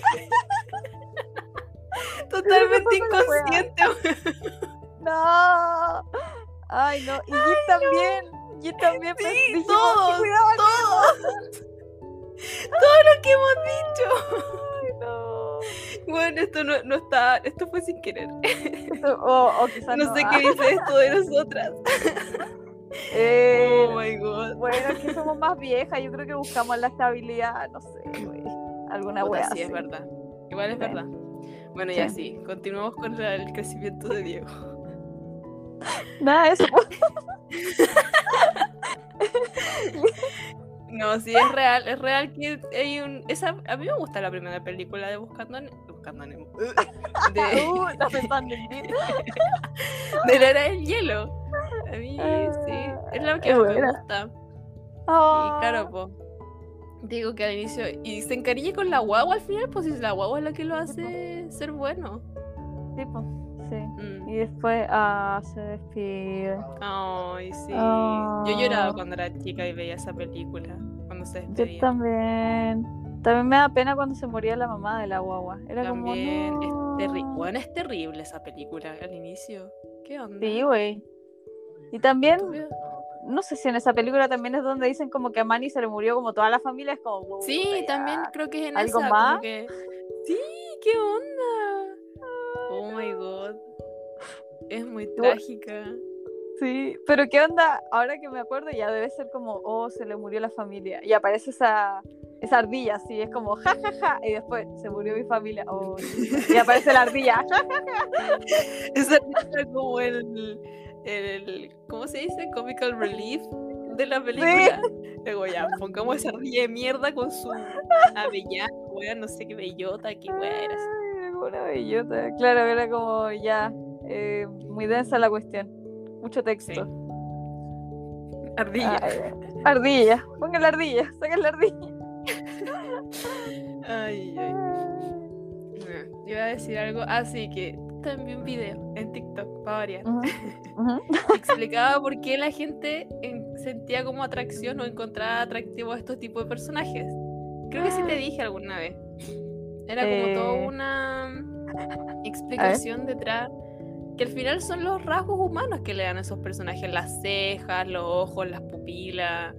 Speaker 2: Totalmente
Speaker 1: Esto fue una wea.
Speaker 2: inconsciente, weón.
Speaker 1: No. Ay, no. Y Jin también. Jin también.
Speaker 2: Sí,
Speaker 1: pues, dijimos,
Speaker 2: todos,
Speaker 1: cuidado,
Speaker 2: Todo. Todo lo que hemos
Speaker 1: no.
Speaker 2: dicho. Bueno, esto no, no está. Esto fue sin querer.
Speaker 1: O, o quizás
Speaker 2: No
Speaker 1: no.
Speaker 2: sé
Speaker 1: ah.
Speaker 2: qué dice esto de nosotras.
Speaker 1: Eh,
Speaker 2: Oh my god.
Speaker 1: Bueno, es que somos más viejas. Yo creo que buscamos la estabilidad. No sé, güey. Alguna
Speaker 2: Puta,
Speaker 1: wea.
Speaker 2: sí, es
Speaker 1: así.
Speaker 2: verdad. Igual es
Speaker 1: Sí.
Speaker 2: verdad. Bueno,
Speaker 1: Sí.
Speaker 2: ya sí. Continuamos con la- el crecimiento de Diego.
Speaker 1: Nada, de eso. pues.
Speaker 2: No, sí, es real, es real que hay un... Esa, a mí me gusta la primera película de Buscando a Ne- Buscando a Nemo. De,
Speaker 1: Uh, estás pensando en mí.
Speaker 2: de la era del hielo. A mí sí, es la que
Speaker 1: Ah, Es
Speaker 2: más me
Speaker 1: buena.
Speaker 2: gusta.
Speaker 1: Ah.
Speaker 2: Y claro, pues... Digo que al inicio... Y se encariñe con la guagua al final, pues si la guagua es la que lo hace ser bueno.
Speaker 1: Sí, pues, sí.
Speaker 2: Mm.
Speaker 1: Y después, ah, se despide.
Speaker 2: Ah. Ay, sí. Yo
Speaker 1: Ah.
Speaker 2: lloraba cuando era chica y veía esa película. Cuando se
Speaker 1: Yo
Speaker 2: despedía.
Speaker 1: también. También me da pena cuando se moría la mamá de la guagua. Era
Speaker 2: También
Speaker 1: como.
Speaker 2: es
Speaker 1: "No".
Speaker 2: terrible. Bueno, es terrible esa película al inicio. ¿Qué onda?
Speaker 1: Sí, güey. Y también,
Speaker 2: Estúpido.
Speaker 1: no sé si en esa película también es donde dicen como que a Manny se le murió como toda la familia. Es como. "Puta,
Speaker 2: Sí,
Speaker 1: ya".
Speaker 2: también creo que es en
Speaker 1: ¿Algo
Speaker 2: esa, como
Speaker 1: más?
Speaker 2: que- Sí, qué onda. Oh my god. Es muy trágica.
Speaker 1: Sí, pero qué onda, ahora que me acuerdo ya debe ser como, oh, se le murió la familia. Y aparece esa, esa ardilla, así, es como, ja, ja, ja. Y después, se murió mi familia. Oh, y aparece la ardilla.
Speaker 2: Esa era como el, el ¿cómo se dice? Comical relief de la película. Luego ya, pongamos esa ardilla de mierda con su avellana, weón, no sé qué bellota, qué weá era.
Speaker 1: Ay, era como una bellota. Claro, era como ya eh, muy densa la cuestión. Mucho texto.
Speaker 2: Sí. Ardilla.
Speaker 1: Ay, ardilla. Pongan la ardilla, saquen la ardilla.
Speaker 2: Ay, ay. Ah, Yo iba a decir algo, así que también un video en TikTok, para variar,
Speaker 1: Ujú, ujú.
Speaker 2: que explicaba por qué la gente en- sentía como atracción o encontraba atractivo a estos tipos de personajes. Creo que sí te dije alguna vez. Era como
Speaker 1: Eh.
Speaker 2: toda una explicación detrás, que al final son los rasgos humanos que le dan a esos personajes, las cejas, los ojos, las pupilas.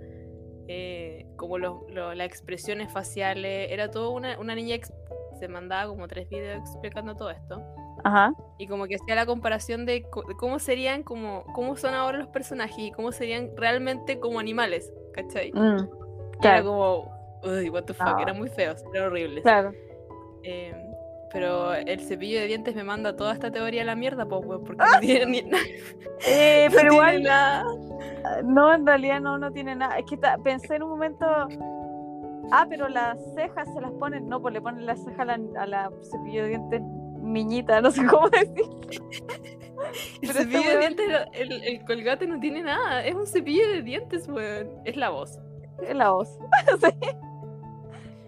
Speaker 2: eh, como los- lo- las expresiones faciales, era todo una, una niña ex- se mandaba como tres videos explicando todo esto.
Speaker 1: Ajá.
Speaker 2: Y como que hacía la comparación de, co- de cómo serían, como, cómo son ahora los personajes y cómo serían realmente como animales, ¿cachai? Y
Speaker 1: Mm,
Speaker 2: Era
Speaker 1: Claro,
Speaker 2: como, uy, what the fuck,
Speaker 1: Ah.
Speaker 2: eran muy feos, eran horribles.
Speaker 1: claro.
Speaker 2: Eh, pero el cepillo de dientes me manda toda esta teoría a la mierda, po, weón, porque no tiene ni- no
Speaker 1: Eh,
Speaker 2: tiene
Speaker 1: pero igual,
Speaker 2: nada.
Speaker 1: no, en realidad no, no tiene nada. Es que ta- pensé en un momento. Ah, pero las cejas se las ponen. No, pues le ponen las cejas a la, a la cepillo de dientes miñita, no sé cómo decir.
Speaker 2: El
Speaker 1: pero este
Speaker 2: cepillo de
Speaker 1: weón-
Speaker 2: dientes, era- el, el colgate no tiene nada, es un cepillo de dientes, weón. Es la voz.
Speaker 1: Es la voz. sí.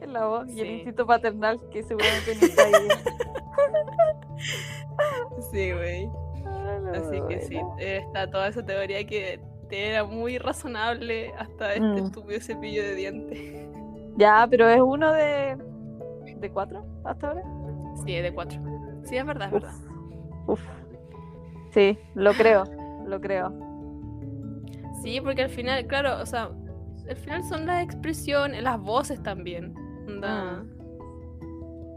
Speaker 1: Es la voz y el
Speaker 2: Sí.
Speaker 1: instinto paternal que seguramente no está ahí.
Speaker 2: Sí, güey. Así que sí, eh, está toda esa teoría que te era muy razonable hasta este
Speaker 1: Mm.
Speaker 2: estúpido cepillo de dientes.
Speaker 1: Ya, pero es uno de. ¿De cuatro hasta ahora?
Speaker 2: Sí, es de cuatro. Sí, es verdad, es
Speaker 1: Uf.
Speaker 2: verdad.
Speaker 1: Uf. Sí, lo creo, lo creo.
Speaker 2: Sí, porque al final, claro, o sea, al final son las expresiones, las voces también. onda.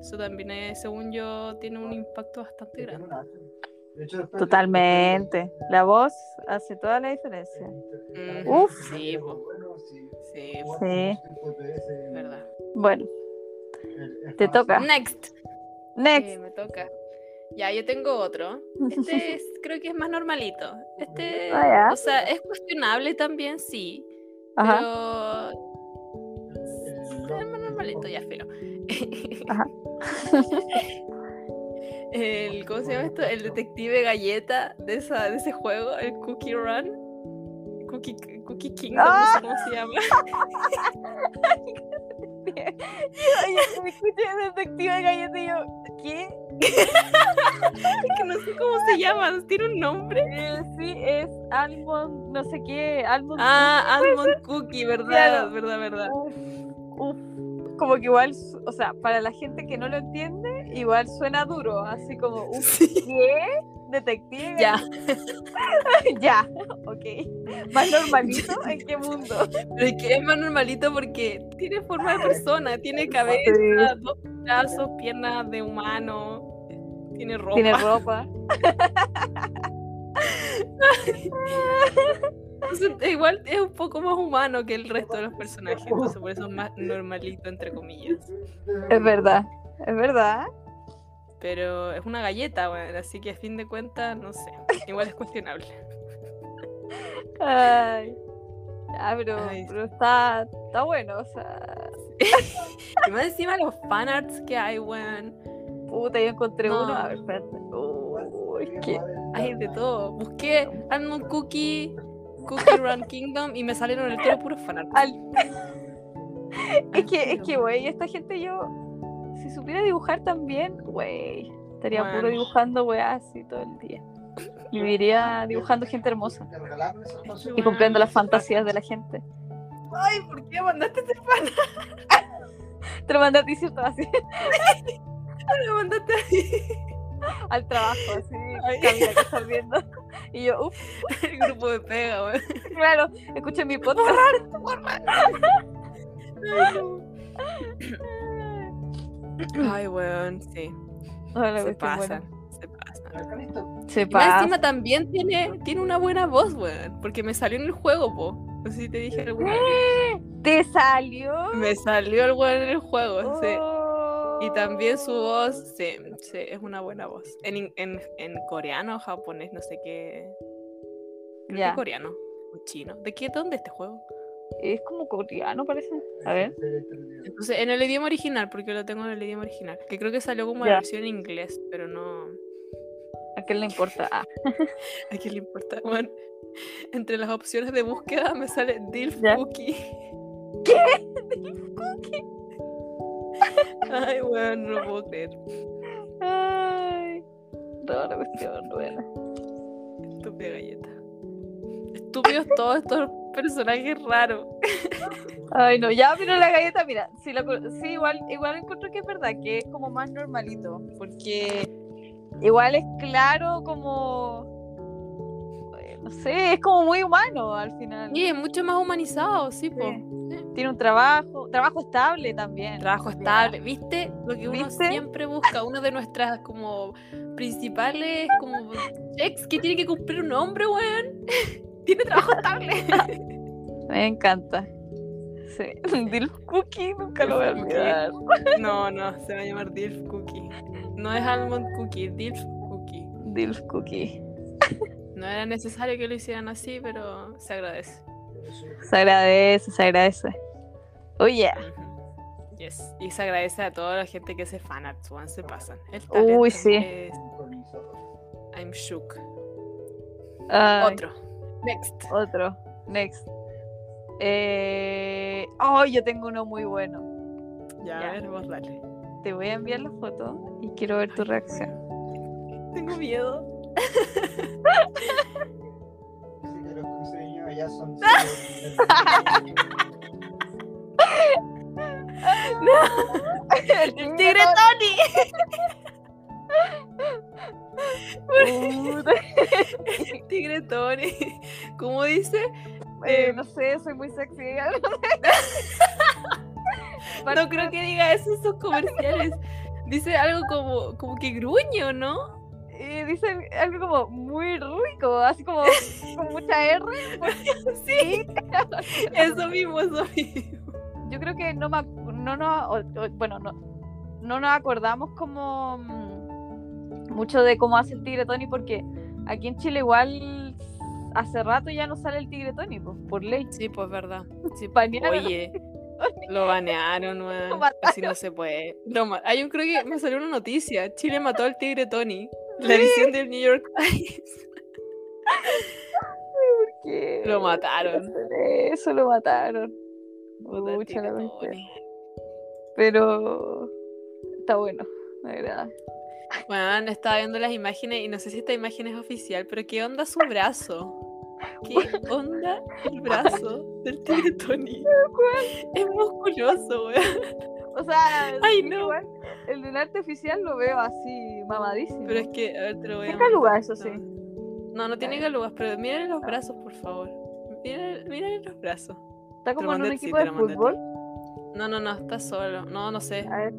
Speaker 2: Eso también, es, según yo, tiene un impacto bastante grande.
Speaker 1: Totalmente. La voz hace toda la diferencia.
Speaker 2: Mm,
Speaker 1: Uf.
Speaker 2: Sí, po, sí, po,
Speaker 1: Sí.
Speaker 2: es verdad.
Speaker 1: Bueno, te toca.
Speaker 2: Next. Eh,
Speaker 1: Next.
Speaker 2: me toca. Ya, yo tengo otro. Este es- creo que es más normalito. Este,
Speaker 1: Ah, ya.
Speaker 2: o sea, es cuestionable también, sí.
Speaker 1: Ajá.
Speaker 2: Pero. Es más normalito, ya filo.
Speaker 1: Ajá.
Speaker 2: El, ¿Cómo se llama esto? El detective galleta de, esa, de ese juego, el Cookie Run. Cookie, cookie Kingdom, no sé cómo se llama.
Speaker 1: Oye, me escuché detective galleta y yo. ¿Qué?
Speaker 2: que no sé cómo se llama, tiene un nombre.
Speaker 1: Eh, sí, es Almond, no sé qué, Almond.
Speaker 2: Ah, Almond Cookie, verdad,
Speaker 1: Claro.
Speaker 2: verdad, verdad.
Speaker 1: Uf, uf. Como que igual, su- o sea, para la gente que no lo entiende, igual suena duro, así como, uf,
Speaker 2: Sí,
Speaker 1: ¿qué? Detective.
Speaker 2: ya.
Speaker 1: ya. ok. Más normalito, ¿en qué mundo?
Speaker 2: Pero es que es más normalito porque tiene forma de persona, tiene cabeza, dos brazos, piernas de humano, tiene ropa.
Speaker 1: Tiene ropa.
Speaker 2: Entonces, e igual es un poco más humano que el resto de los personajes, entonces por eso es más normalito, entre comillas.
Speaker 1: Es verdad, es verdad.
Speaker 2: Pero es una galleta, bueno, así que a fin de cuentas, no sé, igual es cuestionable.
Speaker 1: Ay. Ah, pero, Ay. pero está, está bueno, o sea.
Speaker 2: y más encima los fanarts que hay, weón.
Speaker 1: Puta, yo encontré no. uno. A ver, espérate. Uh, es que
Speaker 2: hay de todo. Busqué Almond Cookie, Cookie Run Kingdom y me salieron el tiro puros fanarts. Al...
Speaker 1: es que, es que, güey, esta gente yo. Si supiera dibujar también, güey. Estaría bueno. puro dibujando, güey, así todo el día. Y me iría dibujando gente hermosa. Sí, y cumpliendo las fantasías de la gente.
Speaker 2: Ay, ¿por qué mandaste este
Speaker 1: Te lo mandaste ¿cierto? así.
Speaker 2: Te lo mandaste así.
Speaker 1: Al trabajo, así. Camila que estás viendo. Y yo, uff.
Speaker 2: El grupo de pega, güey.
Speaker 1: Claro, escuché mi podcast.
Speaker 2: Ay, weón, sí.
Speaker 1: Hola,
Speaker 2: se pasan,
Speaker 1: bueno.
Speaker 2: se pasan.
Speaker 3: pues,
Speaker 1: Se
Speaker 2: Más
Speaker 1: pasa.
Speaker 2: encima también tiene, tiene una buena voz, weón. Porque me salió en el juego, po. No sé si te dije alguna vez.
Speaker 1: ¿Te salió?
Speaker 2: Me salió el weón en el juego,
Speaker 1: Oh.
Speaker 2: sí. Y también su voz, sí, sí, es una buena voz. En, in- en, en coreano, japonés, no sé qué. Creo
Speaker 1: Ya.
Speaker 2: que coreano o chino. ¿De qué? ¿Dónde es este juego?
Speaker 1: Es como coreano, parece. A ver.
Speaker 2: Entonces, en el idioma original, porque lo tengo en el idioma original. Que creo que salió como
Speaker 1: Ya.
Speaker 2: la versión en inglés, pero no.
Speaker 1: ¿A qué le importa? Ah,
Speaker 2: ¿A quién le importa, weón? Entre las opciones de búsqueda me sale DILF
Speaker 1: Ya.
Speaker 2: Cookie. Ay, weón, no lo puedo creer.
Speaker 1: Ay. No, la cuestión buena.
Speaker 2: Estúpida galleta. Estúpidos todos estos personajes raros.
Speaker 1: Ay, no, ya, pero la galleta, mira, sí, la co- sí, igual, igual encuentro que es verdad, que es como más normalito, porque igual es claro como, eh, no sé, es como muy humano al final.
Speaker 2: Y es mucho más humanizado, sí, po.
Speaker 1: Tiene un trabajo, trabajo estable también.
Speaker 2: Trabajo estable, ¿viste? Lo que uno
Speaker 1: ¿Viste?
Speaker 2: siempre busca, una de nuestras como principales como checks que tiene que cumplir un hombre, weón. tiene trabajo estable.
Speaker 1: Me encanta. Sí, Dilf Cookie, nunca lo voy a
Speaker 2: Dilf Cookie.
Speaker 1: olvidar.
Speaker 2: No, no, se va a llamar Dilf Cookie. No es Almond Cookie, Dilf Cookie.
Speaker 1: Dilf Cookie.
Speaker 2: No era necesario que lo hicieran así, pero se agradece.
Speaker 1: Se agradece, se agradece. Oh, Oye,
Speaker 2: Ujú. Yes. Y se agradece a toda la gente que se fanarts, weón, se pasan. El
Speaker 1: Uy,
Speaker 2: talento
Speaker 1: sí.
Speaker 2: es- I'm shook. Otro. Next.
Speaker 1: Otro. Next. Eh... Oh, yo tengo uno muy bueno.
Speaker 2: Ya,
Speaker 1: Ya.
Speaker 2: a ver, vos dale.
Speaker 1: Te voy a enviar la foto y quiero ver tu reacción.
Speaker 2: Tengo miedo.
Speaker 3: Dice que los cruceños allá son.
Speaker 1: ¡El
Speaker 2: tigre Tony!
Speaker 1: eh,
Speaker 2: Tigre Tony. ¿Cómo dice?
Speaker 1: Eh, no sé, soy muy sexy.
Speaker 2: No creo que diga eso en sus comerciales. Dice algo como, como que gruñe, ¿o no?
Speaker 1: Y dice algo como muy rico, así como con mucha R. pues.
Speaker 2: Sí. Eso mismo, eso mismo.
Speaker 1: Yo creo que no, me ac- no, no, o- o- bueno, no, no nos acordamos como mm, mucho de cómo hace el tigre Tony, porque aquí en Chile igual hace rato ya no sale el tigre Tony, pues, por ley.
Speaker 2: Sí, pues verdad. Sí,
Speaker 1: Banearon.
Speaker 2: Oye, lo banearon, weón.
Speaker 1: mataron.
Speaker 2: Así no se puede. No, ma- ah, yo creo que me salió una noticia. Chile mató al tigre Tony. La edición del New York Times.
Speaker 1: ¿Qué?
Speaker 2: Lo mataron.
Speaker 1: Hacen Eso lo mataron.
Speaker 2: Puta, el
Speaker 1: Pucha la
Speaker 2: tigre
Speaker 1: cuestión.
Speaker 2: Tony.
Speaker 1: Pero está bueno, me agrada.
Speaker 2: Bueno, estaba viendo las imágenes y no sé si esta imagen es oficial, pero ¿qué onda su brazo? ¿Qué onda el brazo del tigre Tony? Es musculoso, weón.
Speaker 1: O sea,
Speaker 2: Ay,
Speaker 1: sí,
Speaker 2: no.
Speaker 1: igual el del arte oficial lo veo así mamadísimo.
Speaker 2: Pero es que, a ver, te lo voy a
Speaker 1: Saca lugar,
Speaker 2: mandar,
Speaker 1: eso sí. Ah.
Speaker 2: no. No, no tiene galugas, pero miren los brazos, por favor. Miren, miren los brazos.
Speaker 1: Está como en un
Speaker 2: mandé a ti,
Speaker 1: equipo
Speaker 2: te
Speaker 1: de
Speaker 2: lo mandé a ti.
Speaker 1: fútbol.
Speaker 2: No, no, no, está solo. No, no sé.
Speaker 1: A ver,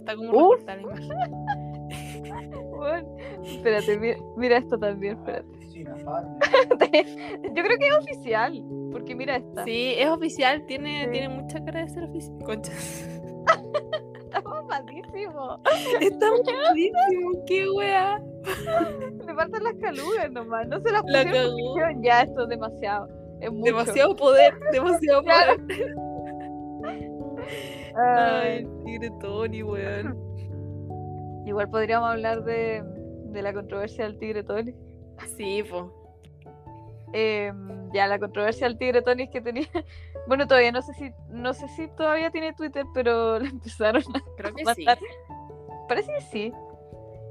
Speaker 2: Está como
Speaker 1: Uf.
Speaker 2: recortada la imagen.
Speaker 1: weón. Espérate, mi- mira, esto también, espérate.
Speaker 4: Sin afán.
Speaker 1: Yo creo que es oficial, porque mira esta.
Speaker 2: Sí, es oficial, tiene,
Speaker 1: Sí.
Speaker 2: tiene mucha cara de ser oficial. Conchas.
Speaker 1: Está mamadísimo.
Speaker 2: Está malísimo, qué wea.
Speaker 1: Me faltan las calugas nomás, no se las
Speaker 2: La
Speaker 1: pusieron porque
Speaker 2: cagó.
Speaker 1: dijeron, ya esto es demasiado. Es mucho".
Speaker 2: Demasiado poder, demasiado
Speaker 1: Claro.
Speaker 2: poder. Ay,
Speaker 1: Ay,
Speaker 2: tigre Tony, weón.
Speaker 1: Igual podríamos hablar de, de la controversia del tigre Tony.
Speaker 2: Sí, po.
Speaker 1: Eh, ya, la controversia del tigre Tony es que tenía. Bueno, todavía no sé si, no sé si todavía tiene Twitter, pero le empezaron a
Speaker 2: Creo que sí.
Speaker 1: mandar. Parece que sí.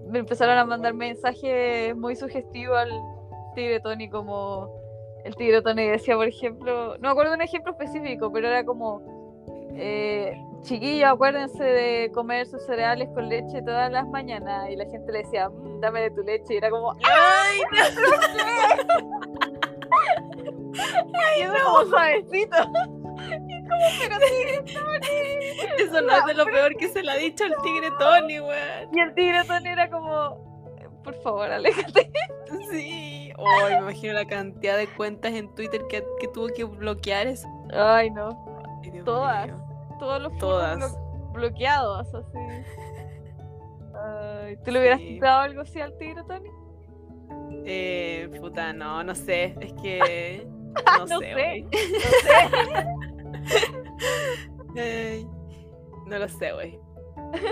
Speaker 1: Me empezaron a mandar mensajes muy sugestivos al tigre Tony, como el tigre Tony decía, por ejemplo, no me acuerdo de un ejemplo específico, pero era como, eh, chiquillo, acuérdense de comer sus cereales con leche todas las mañanas. Y la gente le decía, "Mm, dame de tu leche. Y era como,
Speaker 2: Ay,
Speaker 1: ¡ay, es como suavecito! y como, pero tigre Tony.
Speaker 2: eso no es de lo peor que se le ha dicho al tigre Tony, weón.
Speaker 1: Y el tigre Tony era como, por favor, aléjate.
Speaker 2: Sí. Ay, me imagino la cantidad de cuentas en Twitter que, que tuvo que bloquear eso.
Speaker 1: Ay, no.
Speaker 2: Ay, Dios
Speaker 1: Todas.
Speaker 2: mío.
Speaker 1: todos los
Speaker 2: Todas.
Speaker 1: todas bloqueados así Ay, ¿Tú le hubieras
Speaker 2: Sí.
Speaker 1: quitado algo así al tigre, Tony?
Speaker 2: Eh, puta, no, no sé. Es que. No,
Speaker 1: No
Speaker 2: sé.
Speaker 1: sé.
Speaker 2: wey.
Speaker 1: No sé.
Speaker 2: Ay, no lo sé, güey.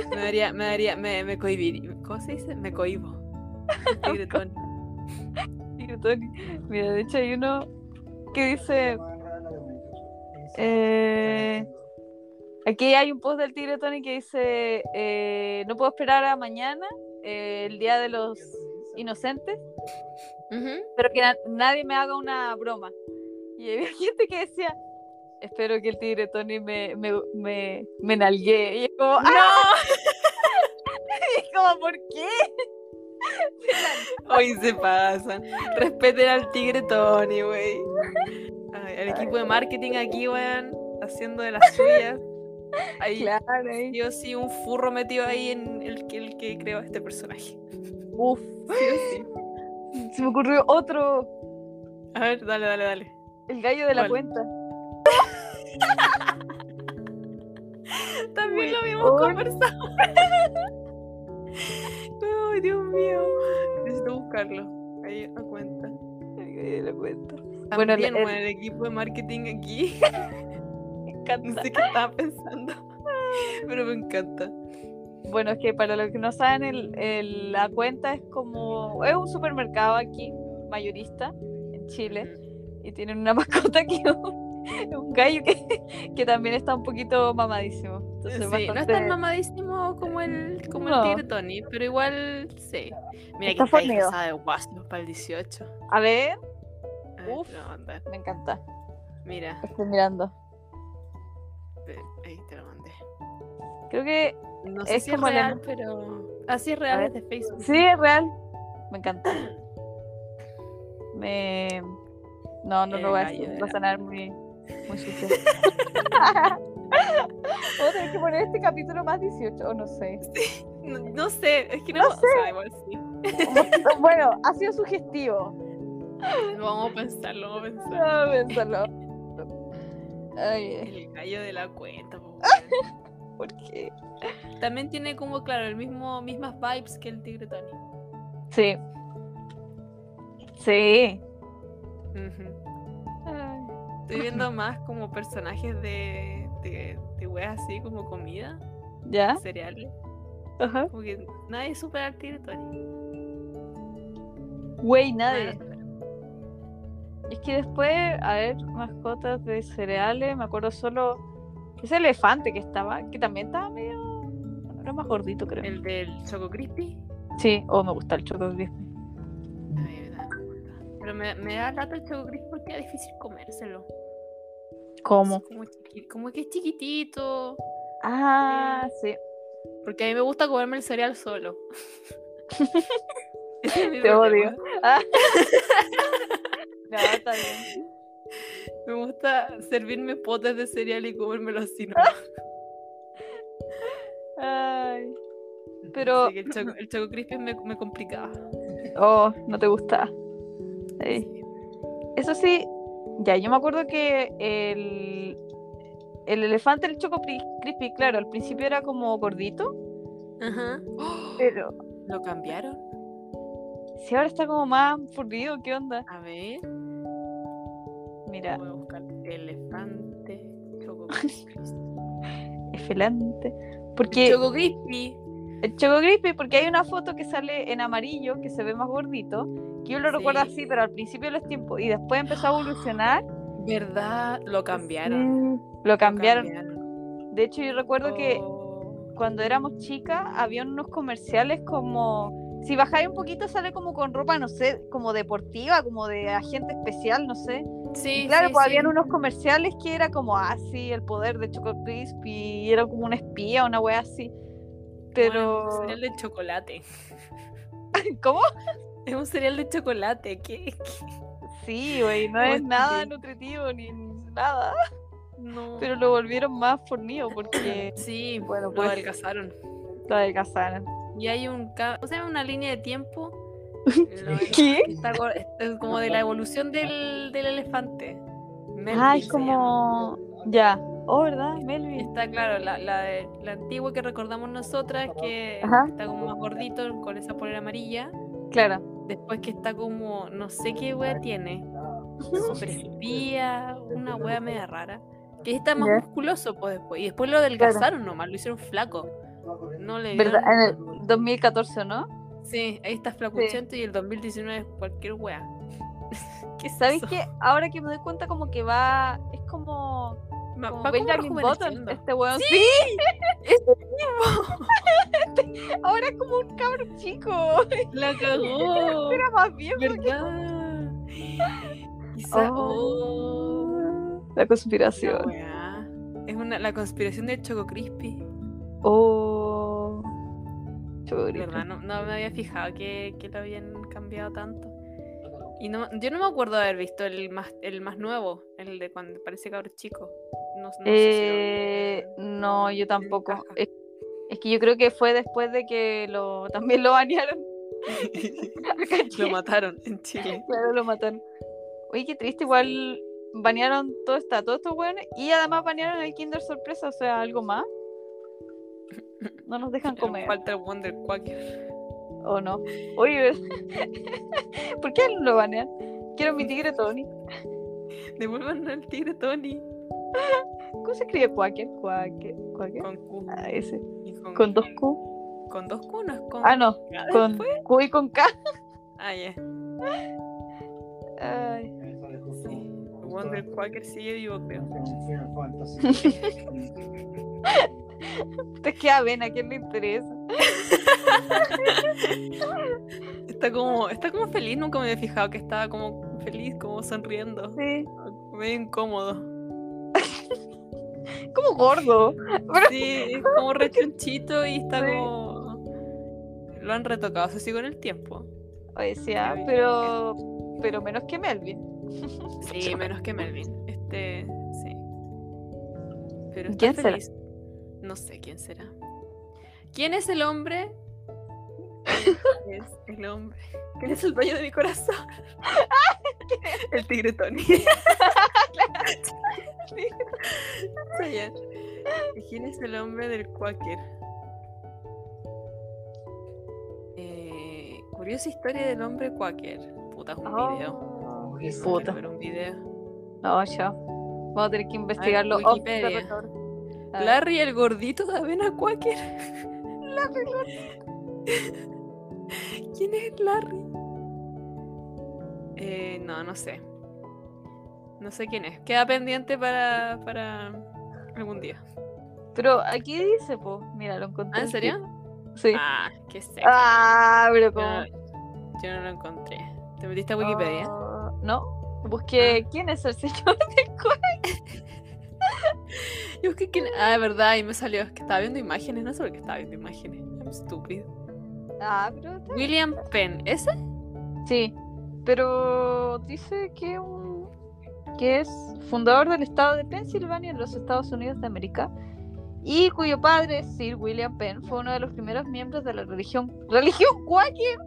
Speaker 2: Me daría, me daría, me, me cohibiría. ¿Cómo se dice? Me cohibo. Tigre Tony.
Speaker 1: Tigre Tony. Mira, de hecho hay uno que dice... Este, Eh, Aquí hay un post del tigre, Tony, que dice... eh, no puedo esperar a mañana, eh, el día de los inocentes,
Speaker 2: Ujú.
Speaker 1: pero que na- nadie me haga una broma. Y había gente que decía... Espero que el tigre Tony me, me, me, me nalguee". Y es como, ¡ah! Y es como, ¿por qué?
Speaker 2: Hoy se pasan. Respeten al tigre Tony, güey. Ay, El equipo de marketing aquí, weón, haciendo de las suyas. Hay
Speaker 1: Claro, ahí.
Speaker 2: sí o sí un furro metido ahí en el que, el que creó este personaje.
Speaker 1: Uf,
Speaker 2: Sí o sí.
Speaker 1: se me ocurrió otro,
Speaker 2: A ver, dale, dale, dale.
Speaker 1: el gallo de la
Speaker 2: ¿Cuál?
Speaker 1: cuenta.
Speaker 2: También lo habíamos
Speaker 1: Weón.
Speaker 2: conversado. Ay, Dios mío. Necesito buscarlo. Ahí a cuenta.
Speaker 1: El gallo de la cuenta. Bueno,
Speaker 2: Bueno,
Speaker 1: el-
Speaker 2: También,
Speaker 1: el-
Speaker 2: bueno, el equipo de marketing aquí.
Speaker 1: Me
Speaker 2: No
Speaker 1: encanta.
Speaker 2: sé qué estaba pensando. Pero me encanta.
Speaker 1: Bueno, es que para los que no saben, el- el- la cuenta es como, es un supermercado aquí, mayorista, en Chile, y tienen una mascota que es un, un gallo que, que también está un poquito mamadísimo. Entonces,
Speaker 2: Sí, no es
Speaker 1: bastante-
Speaker 2: tan mamadísimo como el, como
Speaker 1: No.
Speaker 2: el tigre Tony, pero igual sí. Mira
Speaker 1: Está
Speaker 2: que está
Speaker 1: fornido.
Speaker 2: disfrazada de Wasp para el 18.
Speaker 1: A ver,
Speaker 2: A ver,
Speaker 1: Uf.
Speaker 2: te lo voy a mandar.
Speaker 1: me encanta,
Speaker 2: Mira,
Speaker 1: estoy mirando.
Speaker 2: ve, ahí te lo mandé.
Speaker 1: Creo que
Speaker 2: No
Speaker 1: Es
Speaker 2: sé si es
Speaker 1: como la-
Speaker 2: real, pero. Así es real,
Speaker 1: ver.
Speaker 2: es de Facebook.
Speaker 1: Sí, es real. Me encanta. Me. No, Eh, no
Speaker 2: El
Speaker 1: lo voy a
Speaker 2: gallo
Speaker 1: decir.
Speaker 2: de
Speaker 1: Va a
Speaker 2: la-
Speaker 1: sonar muy, muy sucio. Vamos a tener que poner este capítulo más 18, o no sé.
Speaker 2: No, no sé, es que no,
Speaker 1: No
Speaker 2: o sea, igual sí.
Speaker 1: Bueno, ha sido sugestivo.
Speaker 2: Vamos a pensarlo, vamos a pensarlo.
Speaker 1: No, pensarlo. Ay,
Speaker 2: El gallo de la cuenta. po,
Speaker 1: ¿por qué?
Speaker 2: weón. También tiene como, claro, el mismo, mismas vibes que el tigre Tony.
Speaker 1: Sí. Sí.
Speaker 2: Ujú.
Speaker 1: Ay.
Speaker 2: Estoy viendo más como personajes de, de, de weas así como comida,
Speaker 1: ¿Ya?
Speaker 2: cereales.
Speaker 1: Ajá.
Speaker 2: Como que nadie supera al tigre Tony.
Speaker 1: Güey, nadie.
Speaker 2: Nadie lo supera.
Speaker 1: Es que después, a ver, mascotas de cereales, me acuerdo solo ese elefante que estaba, que también estaba medio. Era más gordito, creo.
Speaker 2: El del Choco Crispy.
Speaker 1: Sí, oh, me gusta el choco crispy.
Speaker 2: Ay, verdad, me gusta. Pero me, me da lata el Choco Crispy porque es difícil comérselo.
Speaker 1: ¿Cómo?
Speaker 2: Es Como, chiqui- como que es chiquitito.
Speaker 1: Ah, sí.
Speaker 2: Porque a mí me gusta comerme el cereal solo. Ese es mi
Speaker 1: Te
Speaker 2: problema.
Speaker 1: No, está bien.
Speaker 2: Me gusta servirme potes de cereal y comérmelo así. ¿no?
Speaker 1: Ay. Pero,
Speaker 2: Así que el Choco, el Choco Crispy me, me complicaba.
Speaker 1: oh, no te gusta. Ey. Eso sí, ya, yo me acuerdo que el, el elefante, el Choco Pri- Crispy, claro, al principio era como gordito,
Speaker 2: Ajá.
Speaker 1: pero
Speaker 2: ¡Oh! ¿Lo cambiaron?
Speaker 1: si ahora está como más furrido, ¿qué onda?
Speaker 2: A ver.
Speaker 1: Mira,
Speaker 2: Voy a buscar elefante Choco Crispy.
Speaker 1: excelente. Porque
Speaker 2: Choco Crispy.
Speaker 1: el Choco Crispy, porque hay una foto que sale en amarillo, que se ve más gordito, que yo lo recuerdo
Speaker 2: Sí.
Speaker 1: así, pero al principio de los tiempos, y después empezó a evolucionar.
Speaker 2: ¿Verdad? Lo cambiaron.
Speaker 1: Sí, Lo cambiaron. De hecho, yo recuerdo que
Speaker 2: Oh.
Speaker 1: cuando éramos chicas había unos comerciales como si bajáis un poquito sale como con ropa, no sé, como deportiva, como de agente especial, no sé.
Speaker 2: Sí,
Speaker 1: Y claro,
Speaker 2: sí,
Speaker 1: pues
Speaker 2: sí.
Speaker 1: habían unos comerciales que era como así, el poder de Choco Crispy, y era como una espía, una wea así. Pero
Speaker 2: Bueno, es un cereal de chocolate.
Speaker 1: ¿cómo?
Speaker 2: Es un cereal de chocolate. ¿Qué? qué?
Speaker 1: Sí, güey, no
Speaker 2: Oye,
Speaker 1: es nada
Speaker 2: sí.
Speaker 1: nutritivo ni nada,
Speaker 2: No.
Speaker 1: pero lo volvieron más fornido porque
Speaker 2: Sí,
Speaker 1: bueno,
Speaker 2: lo
Speaker 1: pues
Speaker 2: adelgazaron.
Speaker 1: lo adelgazaron.
Speaker 2: Y hay un ca- o sea, una línea de tiempo lo-
Speaker 1: ¿Qué?
Speaker 2: está go- es como de la evolución del, del elefante. Melvin
Speaker 1: Ah, es
Speaker 2: se
Speaker 1: como ya. Oh, ¿verdad?
Speaker 2: llama.
Speaker 1: Melvin.
Speaker 2: Está claro, la, la, de- la antigua que recordamos nosotras, que
Speaker 1: Ajá.
Speaker 2: está como más gordito, con esa polera amarilla.
Speaker 1: Claro.
Speaker 2: Después que está como, no sé qué wea tiene, super espía, una wea media rara. Que está más
Speaker 1: Ya.
Speaker 2: musculoso pues, después. Y después lo adelgazaron nomás, lo hicieron flaco. No le
Speaker 1: ¿Verdad?
Speaker 2: dieron-
Speaker 1: En el 2014, ¿no?
Speaker 2: Sí, ahí está flacuchento y el 2019 es cualquier wea. ¿Qué es
Speaker 1: ¿Sabes
Speaker 2: eso?
Speaker 1: qué? Ahora que me doy cuenta, como que va. Es como.
Speaker 2: Ma-
Speaker 1: como
Speaker 2: va como
Speaker 1: Benjamin Button,
Speaker 2: rejuveneciendo.
Speaker 1: este weón. ¡Sí! Ahora es como un cabrón chico.
Speaker 2: La cagó.
Speaker 1: Era más viejo.
Speaker 2: ¿Verdad? Quizá. Oh.
Speaker 1: La
Speaker 2: la
Speaker 1: conspiración.
Speaker 2: weá. Es una, la conspiración del Choco Crispy.
Speaker 1: Oh.
Speaker 2: De verdad, no, no me había fijado que, que lo habían cambiado tanto. Y no, yo no me acuerdo de haber visto el más, el más nuevo, el de cuando parece cabro chico. No, no sé si lo-
Speaker 1: Eh, no, yo tampoco.
Speaker 2: Caja.
Speaker 1: Es, es que yo creo que fue después de que lo también lo banearon. Eh.
Speaker 2: lo, mataron en Chile.
Speaker 1: Claro, lo mataron. Oye, qué triste, igual banearon todo esta, todos estos weones y además banearon el Kinder Sorpresa, o sea, algo más. No nos dejan
Speaker 2: Pero
Speaker 1: comer,
Speaker 2: Falta el Wonder Quacker.
Speaker 1: ¿o no? Oye, ¿por qué lo banean? Quiero mi tigre Tony.
Speaker 2: Devuelvan al tigre Tony.
Speaker 1: ¿Cómo se escribe Quaker? Quaker, Quaker.
Speaker 2: Con Q.
Speaker 1: Ah, ese.
Speaker 2: y
Speaker 1: Con dos Q.
Speaker 2: Con dos Q, no es con.
Speaker 1: Ah, no,
Speaker 2: K
Speaker 1: con
Speaker 2: después.
Speaker 1: Q y con K.
Speaker 2: Ah, ya.
Speaker 1: Ay,
Speaker 2: Sí. Wonder Quaker sigue vivo, creo.
Speaker 1: te queda ven, ¿a quién le interesa?
Speaker 2: Está como, está como feliz, nunca me había fijado que estaba como feliz, como sonriendo.
Speaker 1: Sí.
Speaker 2: Medio incómodo.
Speaker 1: Como gordo.
Speaker 2: Sí, es como rechonchito y está
Speaker 1: Sí.
Speaker 2: como. Lo han retocado, eso sí, con el tiempo.
Speaker 1: Oye, sí, ah,
Speaker 2: Qué bien.
Speaker 1: pero, pero menos que Melvin.
Speaker 2: Sí, menos que Melvin. Este, sí. Pero está
Speaker 1: ¿Quién será?
Speaker 2: feliz. No sé quién será. ¿Quién es el hombre? ¿Quién es el hombre? ¿Quién es el dueño de mi corazón? el tigre Tony. Está bien. ¿Quién es el hombre del Quaker? Eh, curiosa historia del hombre Quaker. Puta, es un video.
Speaker 1: Oh.
Speaker 2: Quiero
Speaker 1: Puta.
Speaker 2: ver un video.
Speaker 1: No, ya. Vamos a tener que investigarlo. off the
Speaker 2: Wikipedia.
Speaker 1: record. A ver.
Speaker 2: Larry el gordito de avena Quaker. ¿Quién es Larry? Eh, no, no sé. No sé quién es. Queda pendiente para, para algún día.
Speaker 1: Pero aquí dice, pues, mira, lo encontré.
Speaker 2: ¿Ah, en
Speaker 1: aquí.
Speaker 2: serio?
Speaker 1: Sí.
Speaker 2: Ah, qué sé.
Speaker 1: Ah, pero
Speaker 2: Yo,
Speaker 1: como.
Speaker 2: no- yo no lo encontré. ¿Te metiste a Wikipedia?
Speaker 1: Ah,
Speaker 2: Ah.
Speaker 1: no. Busqué quién es el señor del cuerpo.
Speaker 2: Yo busqué quién- Ah, es verdad, y me salió. Es que estaba viendo imágenes, no sé por qué estaba viendo imágenes. I'm stupid.
Speaker 1: Ah, pero está-
Speaker 2: William Penn, ¿ese?
Speaker 1: Sí, pero dice que, un- que es fundador del estado de Pensilvania en los Estados Unidos de América y cuyo padre, Sir William Penn, fue uno de los primeros miembros de la religión. ¿Religión Quaker?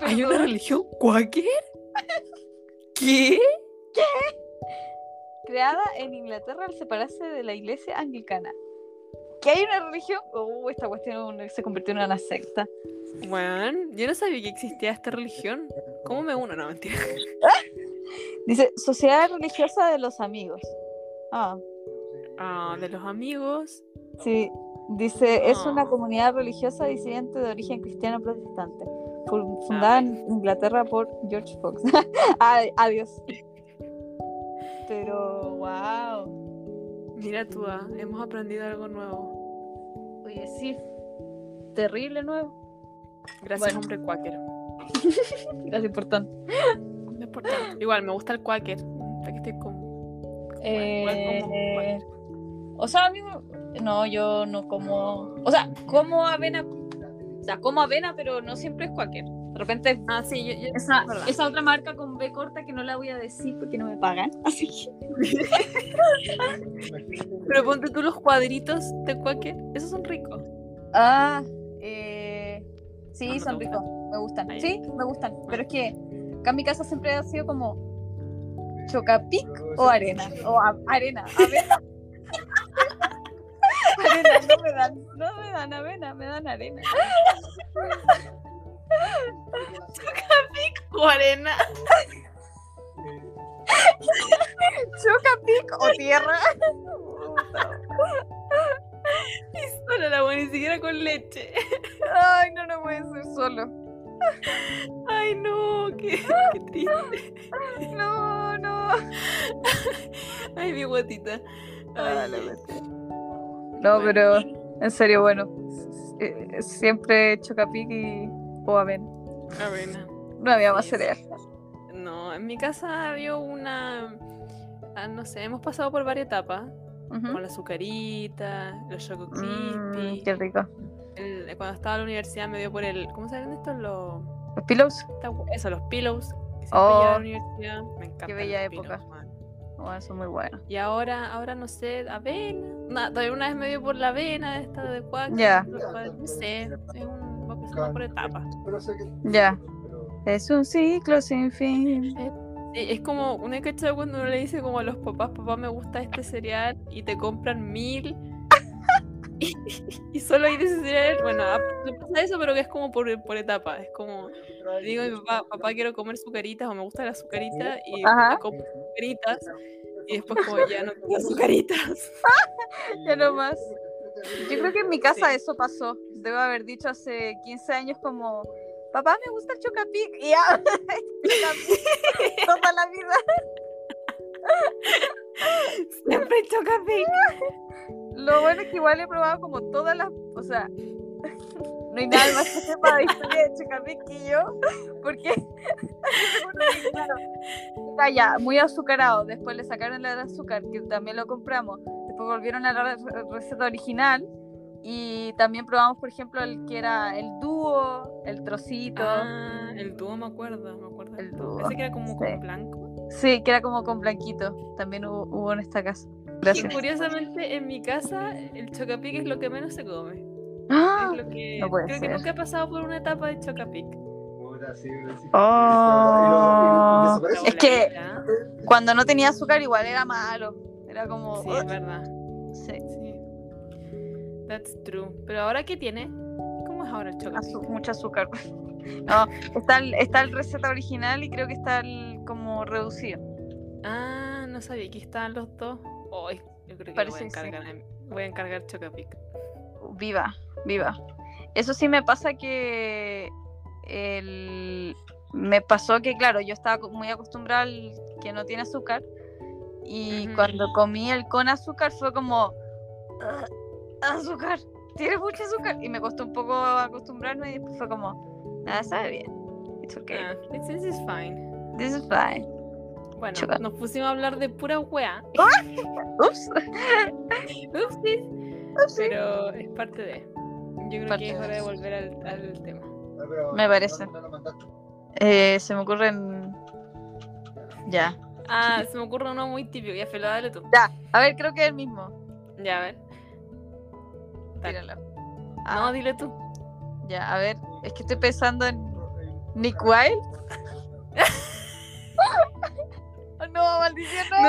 Speaker 2: ¿Hay
Speaker 1: Perdón.
Speaker 2: una religión quaker? ¿Qué?
Speaker 1: creada en Inglaterra al separarse de la iglesia anglicana. Que hay una religión, oh, esta cuestión se convirtió en una secta.
Speaker 2: Weón, yo no sabía que existía esta religión. ¿Cómo me uno? No, mentira.
Speaker 1: Dice, Sociedad Religiosa de los Amigos. Ah,
Speaker 2: Ah, de los amigos.
Speaker 1: sí. Dice, es una
Speaker 2: Ah.
Speaker 1: comunidad religiosa disidente de origen cristiano protestante,
Speaker 3: Ah,
Speaker 1: fu- fundada en Inglaterra por George Fox. Ay, Adiós. Pero, wow.
Speaker 2: Mira tú, ah, hemos aprendido algo nuevo.
Speaker 1: Oye, sí. Terrible nuevo.
Speaker 2: Gracias,
Speaker 1: Bueno.
Speaker 2: hombre quaker.
Speaker 1: Gracias por tanto.
Speaker 2: No importa. Igual, me gusta el quaker. Ya que estoy con... Igual como
Speaker 3: Eh, o sea, a mí no, yo no como, o sea, como avena, o
Speaker 1: Ah.
Speaker 3: sea, como avena, pero no siempre es cualquier. De repente
Speaker 2: Ah, sí, yo... yo-
Speaker 3: esa,
Speaker 2: Verdad.
Speaker 3: esa otra marca con B corta que no la voy a decir porque no me pagan, así que
Speaker 2: Pero ponte tú los cuadritos de quaker. Esos son ricos.
Speaker 1: Ah, eh, sí,
Speaker 2: No, no te
Speaker 1: son ricos, me gustan.
Speaker 2: Ah, ya.
Speaker 1: Sí, me gustan. Pero es que acá en mi casa siempre ha sido como chocapic
Speaker 2: Pues
Speaker 1: o arena. O a- arena, avena. arena, no me dan, no me dan avena, me dan arena.
Speaker 2: O arena.
Speaker 1: Chocapic o tierra.
Speaker 2: No la hago ni siquiera con leche.
Speaker 1: Ay, no, no puede ser solo.
Speaker 2: Ay, no, qué, qué triste.
Speaker 1: No, no.
Speaker 2: Ay, mi guatita.
Speaker 1: Ah,
Speaker 2: Ay,
Speaker 1: la
Speaker 2: ay.
Speaker 1: bestia. No, pero en serio, bueno. eh, Siempre chocapic y o avena.
Speaker 2: Avena.
Speaker 1: No había más
Speaker 2: Sí,
Speaker 1: cereal.
Speaker 2: No, en mi casa había una. ah, no sé, hemos pasado por varias etapas.
Speaker 1: Ujú.
Speaker 2: Con la azucarita, los choco
Speaker 1: Mm,
Speaker 2: crispy.
Speaker 1: qué rico.
Speaker 2: el- cuando estaba en la universidad me dio por el. ¿Cómo se llaman estos? Los,
Speaker 1: Los pillows.
Speaker 2: esta hue- eso, los pillows. que siempre
Speaker 1: Oh,
Speaker 2: llevaba a la universidad. Me encanta.
Speaker 1: bella época. Oh, son muy buenos.
Speaker 2: Y ahora, ahora no sé, avena. No, todavía una vez me dio por la avena esta de cuac.
Speaker 1: Ya.
Speaker 2: los cuadritos, No sé, es un, va pasando por etapas.
Speaker 1: Ya. Es un ciclo sin fin.
Speaker 2: Sí, Eh, es como una cachada cuando uno le dice como a los papás, papá me gusta este cereal y te compran mil. y, y solo hay de ese cereal. Bueno, a- le pasa eso, pero que es como por, por etapa. Es como, le digo a mi papá, papá quiero comer sucaritas o me gusta la azucarita y
Speaker 1: Ajá.
Speaker 2: me compro azucaritas y después como ya no tengo azucaritas.
Speaker 1: Ya no más. Yo creo que en mi casa
Speaker 2: Sí.
Speaker 1: eso pasó. Debo haber dicho hace 15 años como, papá, me gusta el chocapic. Y ya, chocapic toda la vida.
Speaker 2: Siempre choca
Speaker 1: Lo bueno es que igual he probado como todas las... O sea, no hay nada más que sepa de historia de chocapic que yo. Porque... claro, está ya, muy azucarado. Después le sacaron el azúcar, que también lo compramos. Después volvieron a la re- receta original. Y también probamos, por ejemplo, el que era el dúo, el trocito.
Speaker 2: Ah, el dúo me acuerdo, me acuerdo.
Speaker 1: El dúo,
Speaker 2: Parece que era como
Speaker 1: sí.
Speaker 2: con blanco.
Speaker 1: Sí, que era como con blanquito. También hubo, hubo en esta casa.
Speaker 2: Y
Speaker 1: Gracias.
Speaker 2: curiosamente en mi casa el chocapic es lo que menos se come.
Speaker 1: ¡Ah!
Speaker 2: Es lo que,
Speaker 1: no puede
Speaker 2: creo
Speaker 1: ser.
Speaker 2: que nunca he pasado por una etapa de Chocapic.
Speaker 1: Oh.
Speaker 2: La
Speaker 1: Es que-
Speaker 2: voladita.
Speaker 1: Cuando no tenía azúcar igual era malo. Era como... ¡ah!
Speaker 2: Sí, es verdad.
Speaker 1: sí.
Speaker 2: Sí. That's true. Pero ahora, ¿qué tiene? ¿Cómo es ahora el
Speaker 1: azu-
Speaker 2: Chocapic?
Speaker 1: mucho azúcar. No, está el, está el receta original y creo que está el como reducido.
Speaker 2: Ah, no sabía que estaban los dos. Hoy, yo creo que
Speaker 1: Parece
Speaker 2: voy a
Speaker 1: que sí.
Speaker 2: encargar, voy a encargar Chocapic.
Speaker 1: Viva, viva. Eso sí me pasa que el- me pasó que, claro, yo estaba co- muy acostumbrada al que no tiene azúcar y
Speaker 2: Ujú.
Speaker 1: cuando comí el con azúcar fue como, "Ah, azúcar, tiene mucho azúcar y me costó un poco acostumbrarme y después fue como, nada, sabe bien. It's okay.
Speaker 2: Ah, this, this is fine.
Speaker 1: This is fine.
Speaker 2: Bueno,
Speaker 1: Chocapic.
Speaker 2: nos pusimos a hablar de pura wea.
Speaker 1: Ups.
Speaker 2: Upsis. Pero es parte de. Yo creo
Speaker 1: Parte
Speaker 2: que es
Speaker 1: de.
Speaker 2: hora de volver al, al tema.
Speaker 4: No, pero
Speaker 1: Me parece.
Speaker 4: no- no lo mandaste.
Speaker 1: Eh, se me ocurren. Ya.
Speaker 2: Ah, se me ocurre uno muy típico. Ya, Felo, dale tú.
Speaker 1: Ya. A ver, creo que es el mismo.
Speaker 2: Ya, a ver. Dale.
Speaker 1: Tíralo.
Speaker 2: No,
Speaker 1: Ah,
Speaker 2: dile tú.
Speaker 1: ya, a ver. Es que estoy pensando en
Speaker 4: En-
Speaker 1: Nick Wilde. Oh, no, maldición, no.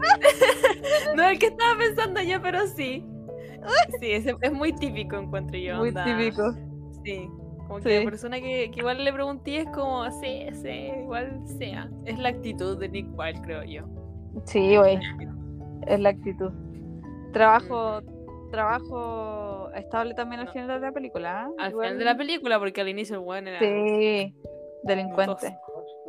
Speaker 2: No, no, el que estaba pensando yo, pero sí. Sí, ese es, muy típico, encuentro yo.
Speaker 1: Muy
Speaker 2: onda.
Speaker 1: típico.
Speaker 2: Sí. Como que
Speaker 1: Sí.
Speaker 2: la persona que, que igual le pregunté es como, sí, sí, igual sea. Es la actitud de Nick Wilde, creo yo.
Speaker 1: Sí, güey. Es la actitud. Trabajo, trabajo estable también al
Speaker 2: Mm. No.
Speaker 1: final de la película. ¿ah?
Speaker 2: Al
Speaker 1: Igual-
Speaker 2: final de la película, porque al inicio el weón era
Speaker 1: Sí. Delincuente.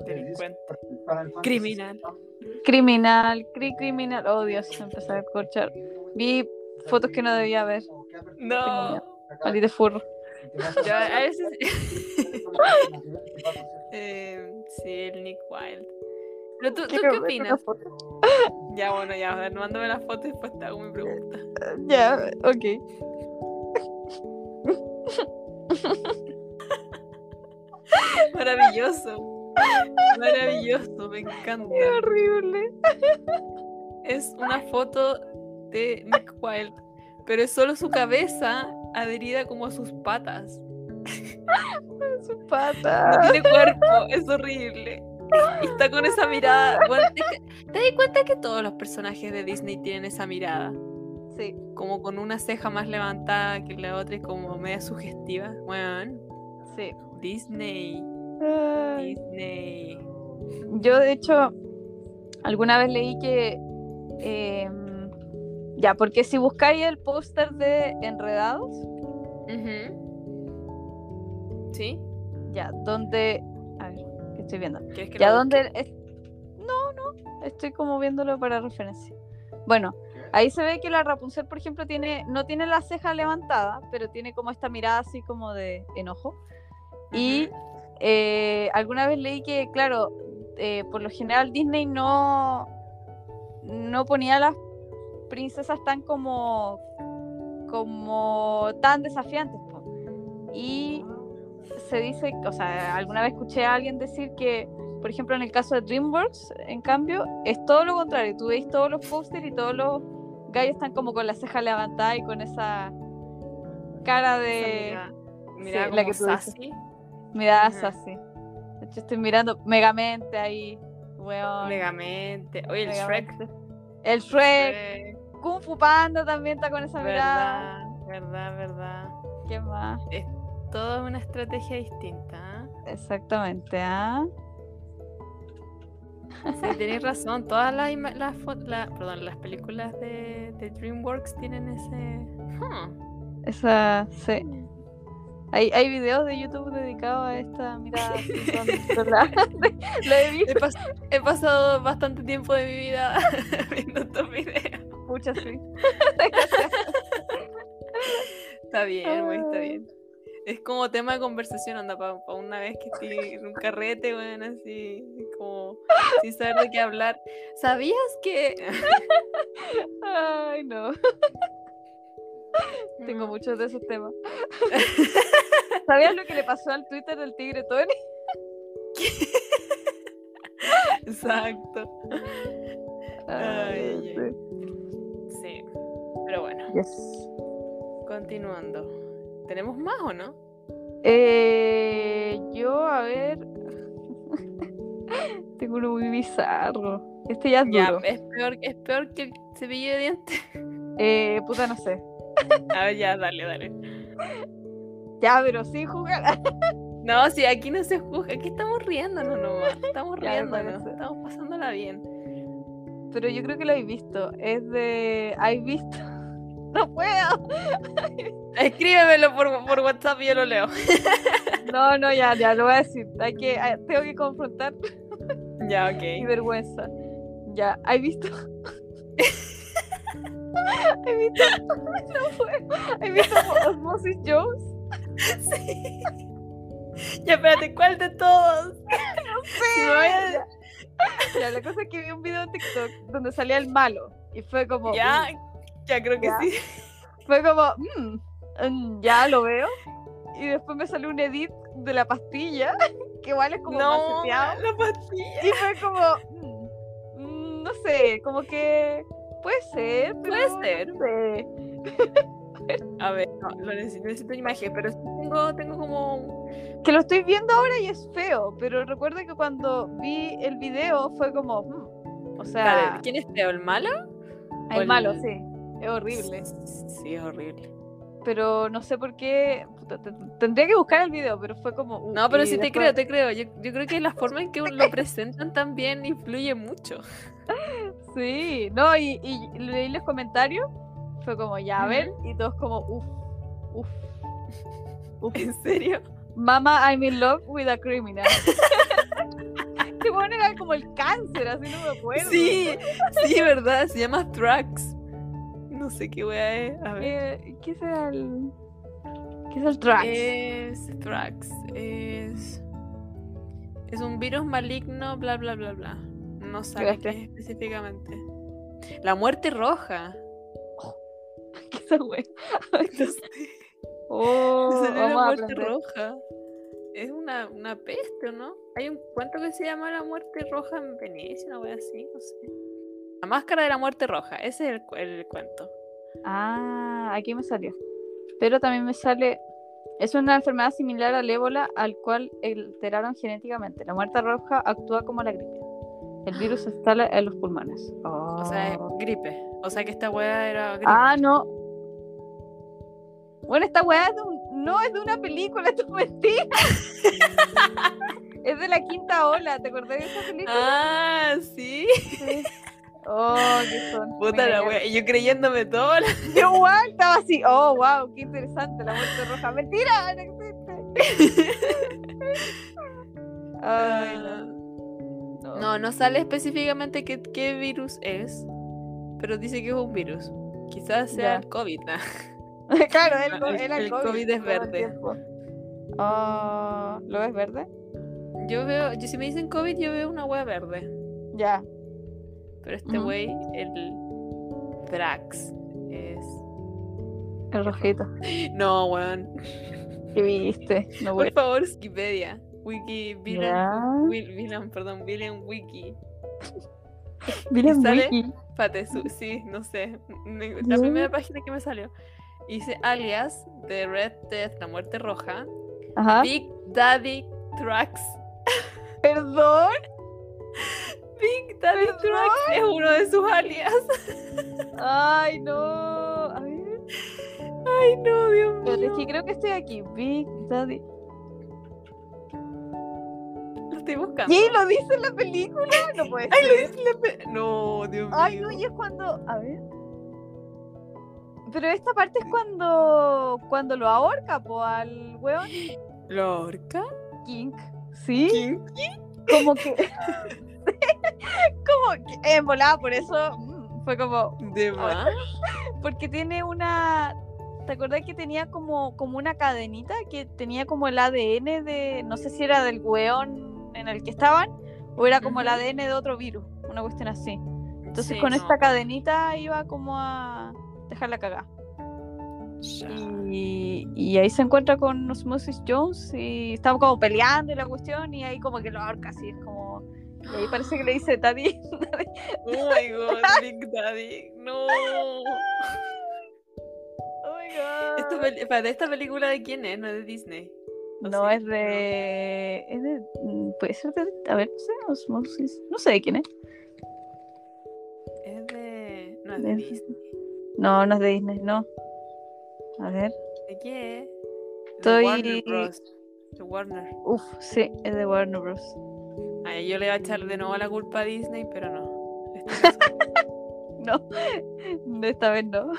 Speaker 2: delincuente.
Speaker 4: Para el fantasy,
Speaker 2: Criminal.
Speaker 4: ¿no?
Speaker 1: Criminal, cri criminal. Oh, Dios, empecé a escuchar. Vi fotos que no debía ver. Tengo
Speaker 2: No.
Speaker 1: Maldito furro.
Speaker 2: Yo a veces. Eh, sí, el Nick Wilde. Pero tú, ¿tú qué
Speaker 1: Quiero ver
Speaker 2: opinas?
Speaker 1: una foto.
Speaker 2: Ya, bueno, ya, a ver, mándame las fotos y después te hago mi pregunta.
Speaker 1: Ya, ok.
Speaker 2: Maravilloso. Maravilloso, me encanta.
Speaker 1: Horrible.
Speaker 2: Es una foto de Nick Wilde, pero es solo su cabeza adherida como a sus patas.
Speaker 1: Su
Speaker 2: No
Speaker 1: pata.
Speaker 2: tiene cuerpo, es horrible. Y está con esa mirada. Bueno, es que- ¿Te das cuenta que todos los personajes de Disney tienen esa mirada?
Speaker 1: Sí.
Speaker 2: Como con una ceja más levantada que la otra y como media sugestiva. Bueno,
Speaker 1: Sí.
Speaker 2: Disney,
Speaker 1: Ay.
Speaker 2: Disney.
Speaker 1: Yo, de hecho, alguna vez leí que. em, ya, porque si buscáis el póster de Enredados,
Speaker 2: Ujú. ¿Sí?
Speaker 1: ya, donde. A ver, ¿qué estoy viendo?
Speaker 2: ¿Quieres que
Speaker 1: Ya,
Speaker 2: lo
Speaker 1: donde. es- No, no, estoy como viéndolo para referencia. Bueno, ahí se ve que la Rapunzel, por ejemplo, tiene no tiene la ceja levantada, pero tiene como esta mirada así como de enojo.
Speaker 2: busque?
Speaker 1: Y
Speaker 2: Ujú.
Speaker 1: eh, alguna vez leí que, claro, eh, por lo general Disney no, no ponía a las princesas tan como, como tan desafiantes. po. Y se dice, o sea, alguna vez escuché a alguien decir que, por ejemplo, en el caso de DreamWorks, en cambio, es todo lo contrario. Tú veis todos los pósters y todos los gallos están como con la ceja levantada y con esa cara
Speaker 2: Esa
Speaker 1: de...
Speaker 2: mirada- mirada
Speaker 1: eh, la
Speaker 2: como
Speaker 1: que tú dices.
Speaker 2: sassy.
Speaker 1: Miradas
Speaker 2: Ajá.
Speaker 1: así. De hecho, estoy mirando Megamente ahí, weón.
Speaker 2: Megamente. Oye, el Shrek.
Speaker 1: Megamente. El Shrek.
Speaker 2: Shrek,
Speaker 1: Kung Fu Panda también está con esa mirada.
Speaker 2: Verdad, verdad, verdad.
Speaker 1: ¿Qué más?
Speaker 2: Toda una estrategia distinta.
Speaker 1: Exactamente, ¿ah?
Speaker 2: ¿ah? Sí, tenéis razón. Todas las, ima- las, fo- la- perdón, las películas de, de DreamWorks tienen ese. Huh.
Speaker 1: Esa, sí. Hay, hay videos de YouTube dedicados a esta mirada. así, con- con la- Lo he visto.
Speaker 2: He, pas- he pasado bastante tiempo de mi vida viendo estos videos.
Speaker 1: Escucha, sí.
Speaker 2: Está bien, güey, está bien. Es como tema de conversación, anda, para una vez que estoy en un carrete, bueno, así, como sin saber de qué hablar. ¿Sabías que...?
Speaker 1: Ay, no.
Speaker 2: Mm.
Speaker 1: Tengo muchos de esos temas. ¿Sabías lo que le pasó al Twitter del Tigre Tony?
Speaker 2: Exacto. Ay, ay, ay. Sí. Pero bueno,
Speaker 1: Yes.
Speaker 2: continuando. ¿Tenemos más o no?
Speaker 1: Eh, yo, a ver. Tengo uno muy bizarro. Este ya es
Speaker 2: Ya,
Speaker 1: duro.
Speaker 2: es peor, es peor que el cepillo de dientes.
Speaker 1: Eh, puta, no sé.
Speaker 2: A ver, ya, dale, dale.
Speaker 1: Ya, pero sin jugar.
Speaker 2: No, sí, aquí no se juzga, aquí estamos riéndonos nomás. Estamos
Speaker 1: Ya, me
Speaker 2: riéndonos,
Speaker 1: parece.
Speaker 2: estamos pasándola bien.
Speaker 1: Pero yo creo que lo he visto. Es de. ¿Hay visto? No puedo.
Speaker 2: Escríbemelo por, por WhatsApp y yo lo leo.
Speaker 1: No, no, ya, ya, lo voy a decir. Hay que, hay- tengo que confrontar
Speaker 2: Ya,
Speaker 1: mi
Speaker 2: ok.
Speaker 1: vergüenza. Ya, ¿hay visto? ¿Hay visto? No puedo. ¿Hay visto Osmosis Jones?
Speaker 2: Ya, espérate, ¿cuál de todos? Si me vaya a-
Speaker 1: Ya. Ya, la cosa es que vi un video en TikTok donde salía el malo y fue como, mm,
Speaker 2: Ya, ya creo que
Speaker 1: Ya.
Speaker 2: sí.
Speaker 1: mm, fue como, mm, mm, ya lo veo, y después me salió un edit de la pastilla, que igual es como
Speaker 2: no,
Speaker 1: maceteado.
Speaker 2: la pastilla.
Speaker 1: Y fue como, mm, mm, no sé, como que puede ser, pero
Speaker 2: Puede
Speaker 1: no
Speaker 2: ser.
Speaker 1: sé.
Speaker 2: A ver, no, lo necesito, necesito imagen, pero sí tengo, tengo como.
Speaker 1: Que lo estoy viendo ahora y es feo, pero recuerdo que cuando vi el video fue como, mm, o sea,
Speaker 2: Dale, ¿Quién es Teo? ¿El malo?
Speaker 1: el
Speaker 2: el-
Speaker 1: malo, sí, es horrible.
Speaker 2: Sí, es horrible.
Speaker 1: Pero no sé por qué, puta, te- tendría que buscar el video, pero fue como... uh,
Speaker 2: No, pero
Speaker 1: y
Speaker 2: sí te
Speaker 1: después-
Speaker 2: creo, te creo. Yo, yo creo que la forma en que lo presentan también influye mucho.
Speaker 1: Sí, no, y, y leí los comentarios, fue como, ya, a ver, y todos como, uff, uff, uff.
Speaker 2: ¿En serio?
Speaker 1: Mama, I'm in love with a criminal. Este weón era como el cáncer, así no me acuerdo.
Speaker 2: Sí, sí, verdad. Se llama Trax. No sé qué wea es. A ver.
Speaker 1: Eh, ¿Qué es el...? ¿Qué es el track?
Speaker 2: Eh, Es Trax. Es. Es un virus maligno, bla, bla, bla, bla. No sabes qué
Speaker 1: Llegaste.
Speaker 2: es específicamente. La muerte roja.
Speaker 1: ¿Qué es el weón?
Speaker 2: No sé.
Speaker 1: Oh,
Speaker 2: Esa era la
Speaker 1: vamos a
Speaker 2: muerte
Speaker 1: aprender.
Speaker 2: roja. Es una, una peste, ¿o ¿no? Hay un cuento que se llama La muerte roja en Venecia, una wea así, no sé. La máscara de la muerte roja, ese es el, cu- el cuento.
Speaker 1: Ah, aquí me salió. Pero también me sale... Es una enfermedad similar al ébola al cual alteraron genéticamente. La muerte roja actúa como la gripe. El virus se instala en los pulmones.
Speaker 2: O sea, es
Speaker 1: Oh.
Speaker 2: gripe. O sea que esta wea era gripe.
Speaker 1: Ah, no. Bueno, esta weá es de un- no es de una película, esto es mentira. es de la quinta ola, ¿te acordás de esa película?
Speaker 2: Ah, sí.
Speaker 1: Sí. Oh, qué son.
Speaker 2: Puta la wea. y Yo creyéndome todo. la-
Speaker 1: Yo igual estaba así. Oh, wow, qué interesante la muerte roja. Mentira, no existe. Ay, no. No.
Speaker 2: Ah, No, no sale específicamente qué, qué virus es, pero dice que es un virus. Quizás sea
Speaker 1: Ya.
Speaker 2: el COVID. ¿no?
Speaker 1: claro, el, co-
Speaker 2: El-
Speaker 1: era
Speaker 2: el COVID es
Speaker 1: todo el
Speaker 2: verde.
Speaker 1: tiempo. Ah, ¿Lo ves verde?
Speaker 2: Yo veo, yo, si me dicen COVID, yo veo una wea verde.
Speaker 1: Ya.
Speaker 2: Pero este
Speaker 1: Ujú.
Speaker 2: güey, el Drax, es.
Speaker 1: El rojito.
Speaker 2: No, weón.
Speaker 1: ¿Qué viste? No
Speaker 2: Por favor, Wikipedia. Wiki, Villain.
Speaker 1: Ya.
Speaker 2: Will- Villain, perdón, Villain Wiki.
Speaker 1: Miren
Speaker 2: Y sale-
Speaker 1: Wiki.
Speaker 2: Patesu, sí, no sé. Me- La
Speaker 1: Ya.
Speaker 2: primera página que me salió. Hice alias de Red Death, la muerte roja.
Speaker 1: Ajá.
Speaker 2: Big Daddy Drax.
Speaker 1: Perdón.
Speaker 2: Big Daddy
Speaker 1: ¿Perdón?
Speaker 2: Drax es uno de sus alias.
Speaker 1: Ay, no. A ver.
Speaker 2: Ay, no, Dios mío.
Speaker 1: Pero es que creo que estoy aquí. Big Daddy.
Speaker 2: Lo estoy buscando.
Speaker 1: ¿Qué? ¿Lo dice en la película? No puede
Speaker 2: Ah. Ay,
Speaker 1: ser.
Speaker 2: lo dice la pe- No, Dios mío.
Speaker 1: Ay, no, y es cuando. A ver. Pero esta parte es cuando. Cuando lo ahorca, po, al weón
Speaker 2: ¿Lorca?
Speaker 1: King. ¿Sí?
Speaker 2: ¿Quién?
Speaker 1: Como que. como que. eh, En volada, por eso. mm, Fue como.
Speaker 2: ¿De más?
Speaker 1: Porque tiene una. ¿Te acordás que tenía como, como una cadenita que tenía como el ADN de. No sé si era del weón en el que estaban o era como el
Speaker 2: Ujú.
Speaker 1: ADN de otro virus, una cuestión así. Entonces
Speaker 2: Sí,
Speaker 1: con
Speaker 2: no.
Speaker 1: esta cadenita iba como a dejarla cagar. Y, y ahí se encuentra con Osmosis Jones y estaban como peleando y la cuestión y ahí como que lo ahorca así, es como. Y ahí parece que le dice Daddy.
Speaker 2: Oh my god, Big Daddy. No.
Speaker 1: Oh my god.
Speaker 2: Esta, pel- espérate, ¿esta película de quién es? No es de Disney. ¿O
Speaker 1: No,
Speaker 2: sí?
Speaker 1: es de. Es de. mm, Puede ser de. A ver, no sé, Osmosis. No sé de quién es.
Speaker 2: Es de. No, es Ah, de
Speaker 1: Es-
Speaker 2: Disney.
Speaker 1: No, no es de Disney, no. A ver.
Speaker 2: ¿De qué es?
Speaker 1: Estoy-
Speaker 2: De Warner Bros. De Warner.
Speaker 1: Uf, sí, es de Warner Bros.
Speaker 2: Ay, yo le iba a echar de nuevo la culpa a Disney, pero no. Esta vez-
Speaker 1: No, de esta vez no.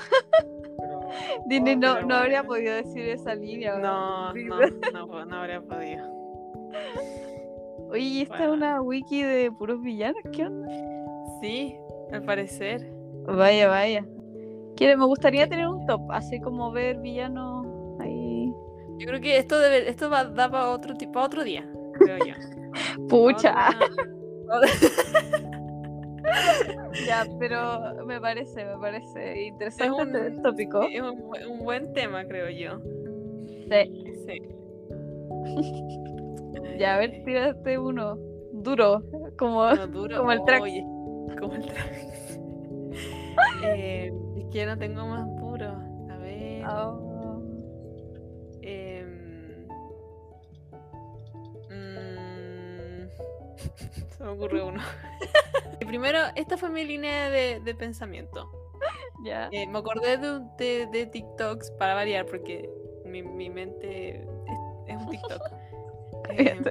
Speaker 4: Pero
Speaker 1: Disney
Speaker 4: Oh,
Speaker 1: no,
Speaker 2: pero
Speaker 1: no habría
Speaker 2: bueno.
Speaker 1: podido decir esa línea.
Speaker 2: No,
Speaker 1: weón.
Speaker 2: no, no, po- no habría podido.
Speaker 1: Oye, ¿y esta
Speaker 2: Bueno.
Speaker 1: es una wiki de puros villanos, ¿qué onda?
Speaker 2: Sí, al parecer.
Speaker 1: Vaya, vaya. Quiere, me gustaría tener un top, así como ver villanos ahí.
Speaker 2: Yo creo que esto debe, esto va, da para otro tipo, otro día, creo yo.
Speaker 1: Pucha.
Speaker 2: Otra-
Speaker 1: Ya, pero me parece, me parece interesante
Speaker 2: un-
Speaker 1: este tópico.
Speaker 2: Es un, bu- un buen tema, creo yo.
Speaker 1: Sí.
Speaker 2: Sí.
Speaker 1: Ya, a ver, tírate uno duro, como
Speaker 2: Uno duro.
Speaker 1: Como el Trax.
Speaker 2: Oye, como el Trax. Eh, es que ya no tengo más duro. A ver.
Speaker 1: Ah,
Speaker 2: em, mm, se me ocurre uno. Y Primero, esta fue mi línea de, de pensamiento.
Speaker 1: ya.
Speaker 2: Eh, me acordé de, un- de- de TikToks para variar, porque mi, mi mente es, es un TikTok.
Speaker 1: Eh,
Speaker 2: Em,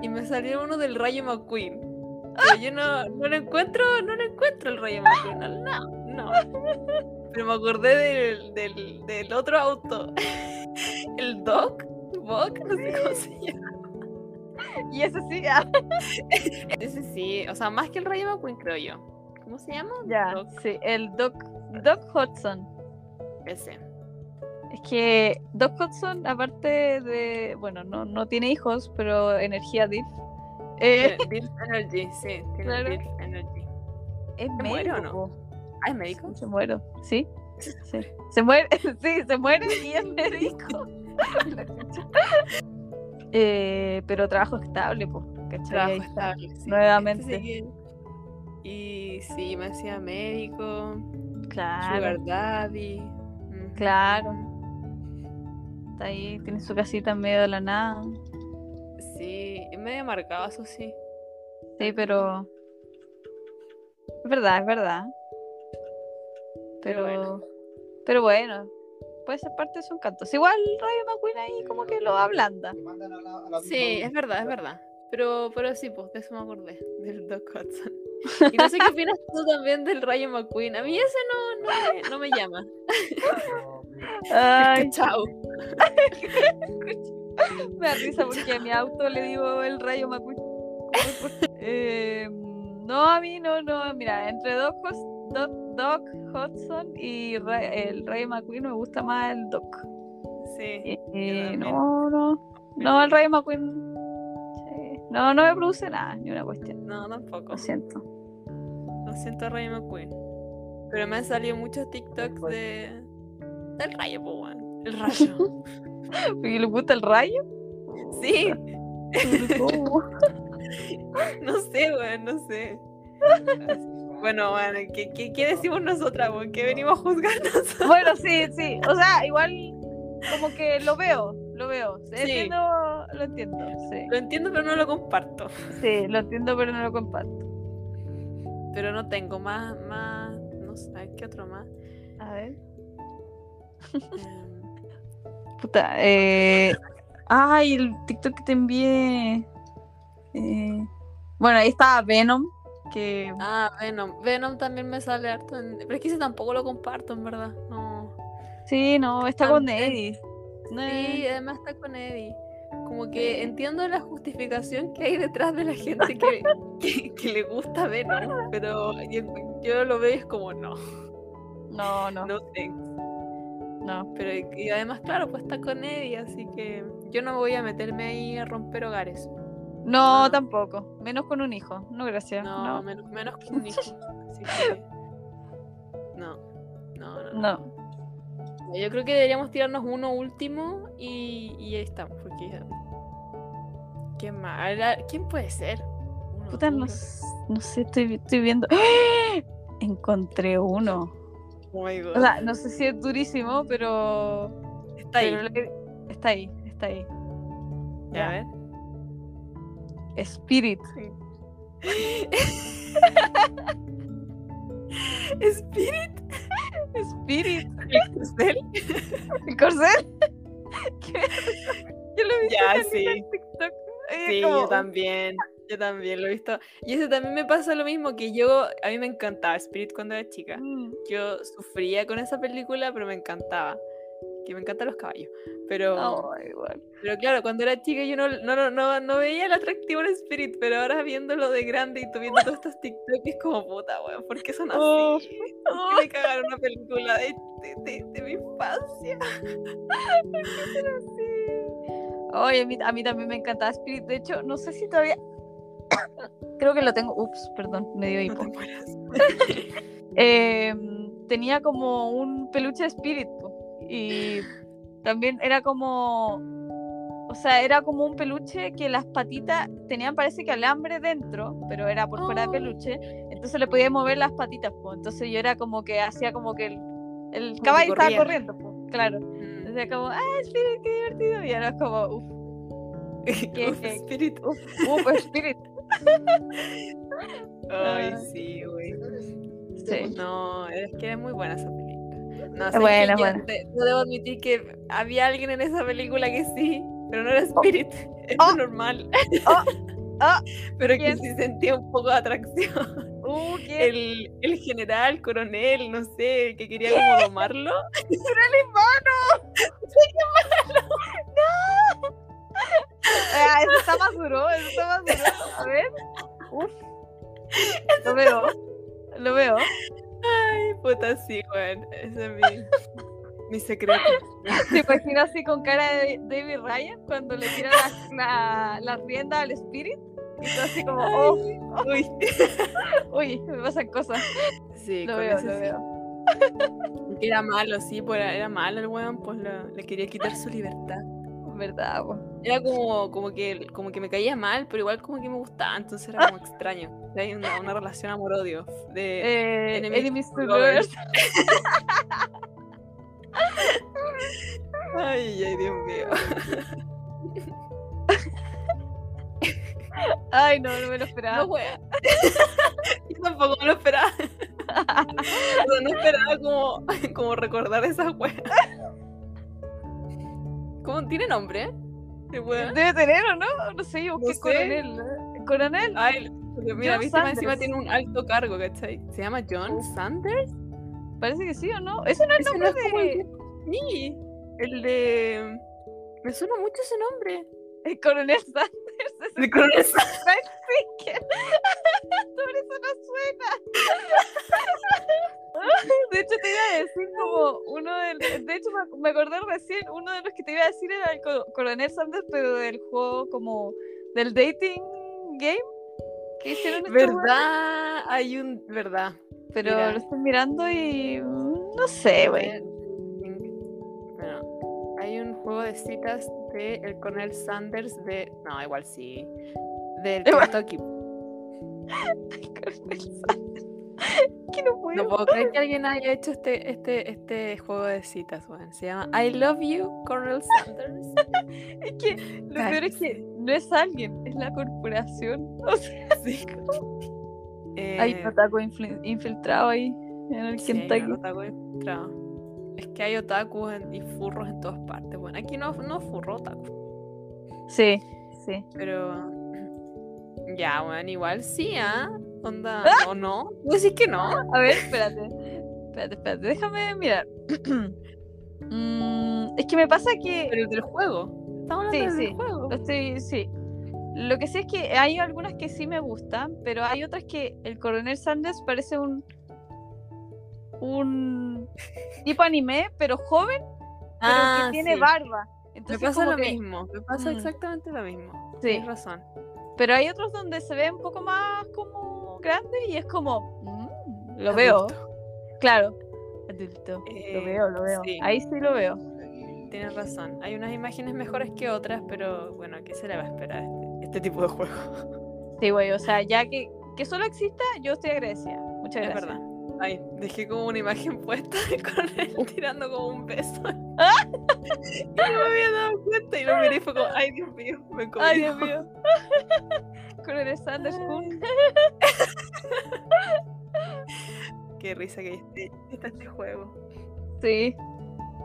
Speaker 2: y me salió uno del Rayo McQueen. Pero yo no, no lo encuentro, no lo encuentro el Rayo McQueen. al lado, No, Pero me acordé del, del, del otro auto. El Doc, Boc, no sé cómo se llama.
Speaker 1: Y ese sí, ah,
Speaker 2: Ese sí, o sea, más que el Rayo McQueen, creo yo. ¿Cómo se llama?
Speaker 1: ya.
Speaker 2: Doc.
Speaker 1: Sí, el Doc, Doc Hudson.
Speaker 2: Ese.
Speaker 1: Es que Doc Hudson, aparte de. Bueno, no, no tiene hijos, pero energía div. eh,
Speaker 2: Tiene Deep Energy, sí, tiene
Speaker 1: Claro.
Speaker 2: Deep Energy.
Speaker 1: es
Speaker 2: ¿Se muere
Speaker 1: médico.
Speaker 2: o no?
Speaker 1: po.
Speaker 2: Ah, ¿es médico?
Speaker 1: Se muere, ¿sí? sí. Se muere, sí, se muere y es médico. La cacha. Eh, pero trabajo estable, pues.
Speaker 2: Trabajo estable, sí.
Speaker 1: Nuevamente.
Speaker 2: Este sí que- Y sí, me hacía médico,
Speaker 1: Claro,
Speaker 2: sugar daddy. ujú.
Speaker 1: Claro. está ahí, tiene su casita en medio de la nada.
Speaker 2: Sí, es medio marcado, eso sí.
Speaker 1: Sí, pero. Es verdad, es verdad. Pero.
Speaker 2: Pero
Speaker 1: Pero
Speaker 2: bueno.
Speaker 1: bueno. Puede ser parte de su encanto. Si igual Rayo McQueen ahí como que lo ablanda.
Speaker 4: mandan a la- a la
Speaker 2: Sí,
Speaker 4: misma-
Speaker 2: es verdad, es verdad. Pero, pero sí, pues de eso me acordé, del Doc Hudson. Y no sé qué opinas tú también del Rayo McQueen. A mí ese no, no, me, no me llama.
Speaker 4: Oh, mi-
Speaker 1: Ay,
Speaker 2: Chao.
Speaker 1: me da risa porque a mi auto le digo el Rayo McQueen. Eh, no, a mí no, no. Mira, entre Doc, Hus- Doc, Doc Hudson y Ra- el Rayo McQueen me gusta más el Doc.
Speaker 2: Sí.
Speaker 1: Eh, eh,
Speaker 2: también.
Speaker 1: no, no. No, el Rayo McQueen. sí. No, no me produce nada, ni una cuestión.
Speaker 2: No, tampoco.
Speaker 1: Lo siento.
Speaker 2: Lo siento, Rayo McQueen. Pero me han salido muchos TikToks de. del rayo, po, weón. El rayo.
Speaker 1: ¿Y le gusta el rayo?
Speaker 2: Sí,
Speaker 1: ¿Cómo?
Speaker 2: no sé, weón, no sé. Bueno, bueno, ¿qué, qué, qué decimos nosotras, weón? ¿Qué venimos a juzgarnos?
Speaker 1: bueno, sí, sí. O sea, igual como que lo veo, lo veo. Sí,
Speaker 2: Sí.
Speaker 1: Entiendo, lo entiendo. Sí.
Speaker 2: Lo entiendo, pero no lo comparto.
Speaker 1: sí, lo entiendo, pero no lo comparto.
Speaker 2: Pero no tengo más, más. No sé, ¿qué otro más?
Speaker 1: A ver.
Speaker 2: Em,
Speaker 1: Puta, eh... Ay, el TikTok que te envié. Eh, Bueno, ahí estaba Venom, que...
Speaker 2: Ah, Venom. Venom también me sale harto. en- Pero es que ese tampoco lo comparto, en verdad. No.
Speaker 1: Sí, no, está con
Speaker 2: También.
Speaker 1: Eddie. No,
Speaker 2: Sí, además está con Eddie. Como que entiendo la justificación que hay detrás de la gente que, que, que le gusta Venom, pero yo, yo lo veo y es como no,
Speaker 1: no, no, no.
Speaker 2: no thanks. Pero y- y además, claro, pues está con Eddie, así que yo no voy a meterme ahí a romper hogares.
Speaker 1: No,
Speaker 2: No.
Speaker 1: tampoco. Menos con un hijo. No, gracias.
Speaker 2: No,
Speaker 1: No,
Speaker 2: menos, menos que un hijo. Así que no, no, no, no.
Speaker 1: no.
Speaker 2: Yo creo que deberíamos tirarnos uno último y, y ahí estamos, porque ya- Qué mal. ah, ¿Quién puede ser? Uno
Speaker 1: Puta,
Speaker 2: duro.
Speaker 1: no, s- no sé, estoy, vi- estoy viendo. ¡Ah! Encontré uno.
Speaker 2: Oh my God.
Speaker 1: O sea, no sé si es durísimo, pero.
Speaker 2: Está ahí.
Speaker 1: pero le- está ahí, está ahí.
Speaker 2: Ya, a ver.
Speaker 1: Spirit.
Speaker 2: Spirit
Speaker 1: Spirit.
Speaker 2: Excel.
Speaker 1: ¿El corcel? ¿Qué? Yo lo he visto
Speaker 2: Ya,
Speaker 1: también
Speaker 2: sí.
Speaker 1: en TikTok. Y es
Speaker 2: Sí,
Speaker 1: como,
Speaker 2: yo también. Yo también lo he visto. Y ese también me pasa lo mismo que yo. A mí me encantaba Spirit cuando era chica.
Speaker 1: mm,
Speaker 2: Yo sufría con esa película, pero me encantaba. Que me encantan los caballos. Pero,
Speaker 1: no, igual.
Speaker 2: pero claro, cuando era chica yo no, no, no, no, no veía el atractivo en Spirit, pero ahora viéndolo de grande y tú viendo todos estos TikTok es como puta, weón, ¿por qué son así?
Speaker 1: Oh.
Speaker 2: ¿Por qué me cagaron una película de, de, de- de mi infancia?
Speaker 1: Oye, a mí, a mí también me encantaba Spirit. De hecho, no sé si todavía. Creo que lo tengo. Ups, perdón, me dio hipo.
Speaker 2: No
Speaker 1: Em,
Speaker 2: te mueras.
Speaker 1: eh, tenía como un peluche de espíritu y También era como. O sea, era como un peluche que las patitas tenían, parece que alambre dentro, pero era por fuera
Speaker 2: Ah.
Speaker 1: de
Speaker 3: Oh.
Speaker 1: peluche. Entonces le podía mover las patitas, pues. Entonces yo era como que hacía como que el, el
Speaker 2: que
Speaker 1: caballo estaba
Speaker 2: corría.
Speaker 1: corriendo, pues. Claro.
Speaker 2: Mm.
Speaker 1: Entonces como, ¡ah, Spirit, qué divertido! Y ahora es como, uff,
Speaker 2: Uf,
Speaker 1: qué-
Speaker 2: espíritu.
Speaker 1: uff, Uh, pues, Spirit.
Speaker 2: Ay,
Speaker 1: Ah.
Speaker 2: sí, güey.
Speaker 1: Sí.
Speaker 2: No, es que es muy buena esa película. No,
Speaker 1: Es
Speaker 2: sé
Speaker 1: buena,
Speaker 2: yo,
Speaker 1: buena.
Speaker 2: de- yo debo admitir que había alguien en esa película que sí, pero no era Spirit, era
Speaker 1: Oh.
Speaker 2: normal.
Speaker 1: Oh. Oh.
Speaker 2: Pero que
Speaker 1: ¿Quién?
Speaker 2: sí sentía un poco de atracción.
Speaker 1: Uh, qué
Speaker 2: El, el general, coronel, no sé, que quería como domarlo.
Speaker 1: Ah, eso está más duro, eso está más duro. A ver. Uf. Lo veo. Lo veo.
Speaker 2: Ay, puta, sí, weón. Ese es mi, mi secreto.
Speaker 1: Te imagino así con cara de David Ryan cuando le tira la, la, la rienda al spirit. Y tú así como, oh,
Speaker 2: Uy,
Speaker 1: uy, me pasan cosas.
Speaker 2: sí,
Speaker 1: Lo
Speaker 2: con
Speaker 1: veo,
Speaker 2: ese
Speaker 1: lo
Speaker 2: sí.
Speaker 1: veo.
Speaker 2: Que Era malo, sí, pues era, era malo el weón, pues lo- le quería quitar su libertad.
Speaker 1: Verdad, po.
Speaker 2: Era como, como, que, como que me caía mal, pero igual como que me gustaba, entonces era como extraño. Hay una, una relación amor-odio. De...
Speaker 1: Eh,
Speaker 2: Enemies
Speaker 1: Enemies
Speaker 2: to
Speaker 1: to
Speaker 2: lovers.
Speaker 1: lovers.
Speaker 2: Ay, ay, Dios mío.
Speaker 1: Ay, no, no me lo
Speaker 2: No,
Speaker 1: esperaba.
Speaker 2: weón. Yo tampoco me lo esperaba. O sea, no esperaba como, como recordar esa weón. ¿Cómo tiene nombre? eh? El weón.
Speaker 1: Debe tener o no, no sé, yo busqué
Speaker 2: sé.
Speaker 1: coronel. Coronel,
Speaker 2: Ay, porque mira,
Speaker 1: John
Speaker 2: viste, más encima
Speaker 1: Sanders.
Speaker 2: tiene un alto cargo, ¿cachai? Se llama John Sanders.
Speaker 1: parece que sí o no. Ese no es el
Speaker 2: Ese no
Speaker 1: nombre
Speaker 2: es como el
Speaker 1: de.
Speaker 2: Sí, el de. Me suena mucho ese nombre.
Speaker 1: El coronel Sanders. ese
Speaker 2: El coronel Sanders.
Speaker 1: Mexican. Por eso no suena. De hecho, te iba a decir como uno del. De hecho, me- me acordé recién, uno de los que te iba a decir era el co- Coronel Sanders, pero del juego como. del dating game que hicieron estos güeyes.
Speaker 2: ¿Verdad? Hay un. ¿Verdad?
Speaker 1: Pero
Speaker 2: Mira.
Speaker 1: lo estoy mirando y. mm, no
Speaker 2: Este,
Speaker 1: sé, güey.
Speaker 2: Bueno, hay un juego de citas de el coronel Sanders de. No, igual sí. Del
Speaker 1: Igual.
Speaker 2: Kentucky.
Speaker 1: Coronel Sanders. Que no puedo.
Speaker 2: No puedo creer que alguien haya hecho este, este, este juego de citas, weón. Se llama I Love You, Coronel Sanders.
Speaker 1: Es que lo
Speaker 2: Ay,
Speaker 1: peor es que no es alguien, es la corporación. O sea,
Speaker 2: Sí.
Speaker 1: Hay
Speaker 2: Eh,
Speaker 1: un otaku infli- infiltrado ahí en el
Speaker 2: Sí, hay un
Speaker 1: Kentucky.
Speaker 2: otaku infiltrado. Es que hay otakus en- y furros en todas partes. Bueno, aquí no, no furro otaku,
Speaker 1: Sí, sí.
Speaker 2: pero. Ya, bueno, igual sí, ¿ah? Onda, ¿o no? ¿Tú decís que no?
Speaker 1: A ver, espérate. Espérate, espérate. Déjame mirar. Mm, es que me pasa que.
Speaker 2: Pero el del juego. Estamos hablando
Speaker 1: Sí,
Speaker 2: del
Speaker 1: sí.
Speaker 2: juego.
Speaker 1: lo estoy- sí. Lo que sí es que hay algunas que sí me gustan, pero hay otras que el coronel Sanders parece un. un tipo anime, pero joven, pero que tiene
Speaker 2: Ah, sí.
Speaker 1: barba.
Speaker 2: Me
Speaker 1: Entonces,
Speaker 2: pasa
Speaker 1: como
Speaker 2: lo
Speaker 1: que-
Speaker 2: mismo. Me pasa
Speaker 1: Mm.
Speaker 2: exactamente lo mismo.
Speaker 1: Sí.
Speaker 2: Tienes razón.
Speaker 1: Pero hay otros donde se ve un poco más como grande y es como. mm, lo veo.
Speaker 2: Adulto.
Speaker 1: Claro. Adulto.
Speaker 2: Eh,
Speaker 1: Lo veo, lo veo.
Speaker 2: sí.
Speaker 1: Ahí sí lo veo.
Speaker 2: Tienes razón. Hay unas imágenes mejores que otras, pero bueno, ¿qué se le va a esperar a este, este tipo de juego?
Speaker 1: Sí, güey. O sea, ya que, que solo exista, yo estoy agradecida. Muchas
Speaker 2: Es
Speaker 1: gracias.
Speaker 2: verdad. Ay, dejé como una imagen puesta con él tirando como un beso. y no me había dado cuenta y lo miré y fue como, ay Dios mío, me comió.
Speaker 1: Ay, Dios mío. Coronel Sanders Kun.
Speaker 2: Qué risa que este- está este juego.
Speaker 1: Sí.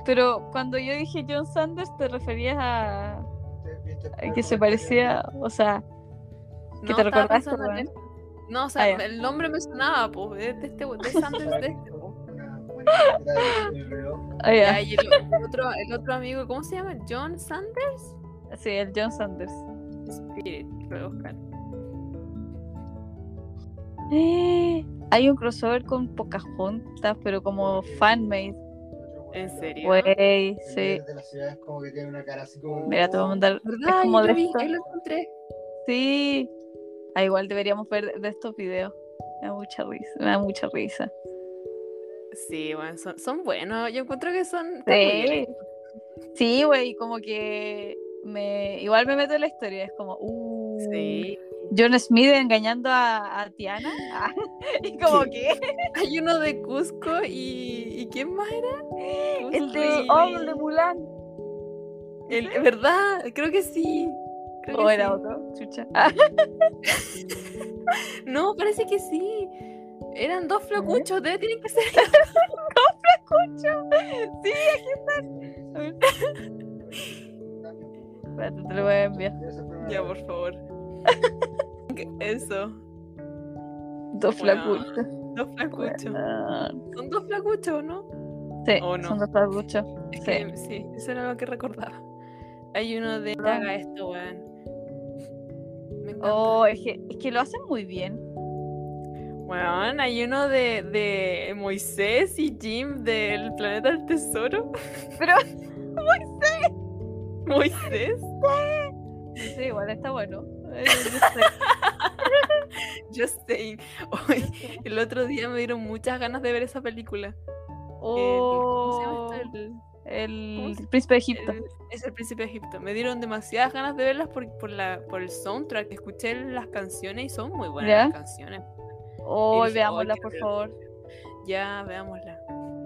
Speaker 1: Pero cuando yo dije John Sanders, te referías a, a que se parecía. O sea, ¿Qué te
Speaker 2: estaba
Speaker 1: recordaste,
Speaker 2: pensando en
Speaker 1: weón?
Speaker 2: él. No, o sea,
Speaker 1: Ah, ya.
Speaker 2: el nombre me sonaba, pues, de, de este, de Sanders, de este. po.
Speaker 1: ah,
Speaker 2: Ya,
Speaker 1: ya.
Speaker 2: y el, el otro, el otro amigo, ¿cómo se llama? John Sanders
Speaker 1: Sí, el John Sanders.
Speaker 2: Spirit, lo voy a buscar.
Speaker 1: Eh, hay un crossover con Pocahontas, pero como fanmade.
Speaker 2: ¿En serio?
Speaker 1: Güey, sí.
Speaker 4: De las ciudades como que tiene una cara así como.
Speaker 1: Mira, te voy a mandar.
Speaker 2: ¿Verdad?
Speaker 1: como
Speaker 2: Yo
Speaker 1: de
Speaker 2: lo vi,
Speaker 1: esto.
Speaker 2: ahí lo encontré.
Speaker 1: Sí. Ah, igual deberíamos ver de estos videos. Me da mucha risa. Me da mucha risa.
Speaker 2: Sí, bueno, son, son buenos. Yo encuentro que son. están muy bien
Speaker 1: Sí. Sí, güey, como que me, igual me meto en la historia, es como, uh,
Speaker 2: Sí.
Speaker 1: John Smith engañando a, a Tiana. Ah, y como
Speaker 2: Sí.
Speaker 1: que
Speaker 2: Hay uno de Cusco y. ¿Y quién más era?
Speaker 1: el
Speaker 2: Cusco
Speaker 1: de,
Speaker 2: y-
Speaker 1: oh, el de Mulan.
Speaker 2: el- ¿Verdad? Creo que sí. Creo
Speaker 1: O
Speaker 2: que
Speaker 1: Oh, era
Speaker 2: sí.
Speaker 1: otro, chucha. Ah,
Speaker 2: No, parece que sí. Eran dos flacuchos, debe tienen que ser.
Speaker 1: espérate, te lo voy a enviar.
Speaker 2: Ya, por favor. Eso,
Speaker 1: Dos Ah,
Speaker 2: Weón,
Speaker 1: flacuchos.
Speaker 2: dos flacuchos.
Speaker 1: Weón.
Speaker 2: Son dos flacuchos, ¿no?
Speaker 1: Sí,
Speaker 2: Oh, no.
Speaker 1: son dos flacuchos.
Speaker 2: Es
Speaker 1: Sí.
Speaker 2: que sí, eso era lo que recordaba. Hay uno de.
Speaker 1: Ah.
Speaker 2: Haga esto, weón. Me encanta.
Speaker 1: Oh, es que, es que lo hacen muy bien.
Speaker 2: Weón, hay uno de, de Moisés y Jim del planeta del tesoro.
Speaker 1: Pero-
Speaker 2: Moisés. Moisés.
Speaker 1: Sí, igual está bueno. Eh,
Speaker 2: Just saying. Hoy, el otro día me dieron muchas ganas de ver esa película. El- ¿Cómo se llama
Speaker 1: O
Speaker 2: esto? El- ¿cómo
Speaker 1: Oh, el
Speaker 2: se-
Speaker 1: príncipe de Egipto.
Speaker 2: el- es el príncipe de Egipto. Me dieron demasiadas ganas de verlas por, por, la, por el soundtrack. Escuché las canciones y son muy buenas
Speaker 1: ¿Ya?
Speaker 2: las canciones.
Speaker 1: Oh,
Speaker 2: dije,
Speaker 1: veámosla,
Speaker 2: "Ay, qué
Speaker 1: por
Speaker 2: feo".
Speaker 1: favor.
Speaker 2: Ya, veámosla.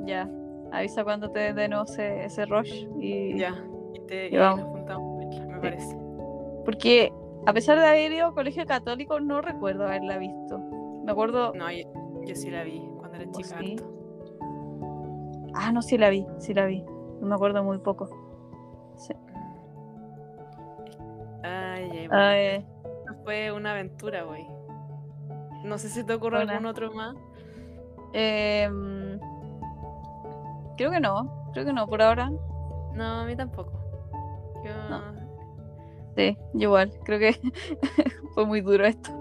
Speaker 1: Ya. Avisa cuando te dé de nuevo ese, ese rush. Y...
Speaker 2: Ya. Y, te, y
Speaker 1: Ya
Speaker 2: nos juntamos a verla, me parece.
Speaker 1: Porque a pesar de haber ido a colegio católico, no recuerdo haberla visto. Me acuerdo.
Speaker 2: No, yo, yo sí la vi cuando era
Speaker 1: ¿O
Speaker 2: chica.
Speaker 1: ¿Oh, sí?
Speaker 2: harto.
Speaker 1: Ah, no, sí la vi, sí la vi. Me acuerdo muy poco.
Speaker 2: Ay, ay, bueno,
Speaker 1: Ay,
Speaker 2: esto fue una aventura, güey. No sé si te ocurre
Speaker 1: Hola.
Speaker 2: algún otro más.
Speaker 1: em, creo que no, creo que no, por ahora.
Speaker 2: No, a mí tampoco. Yo-
Speaker 1: Sí, yo igual, creo que fue muy duro esto.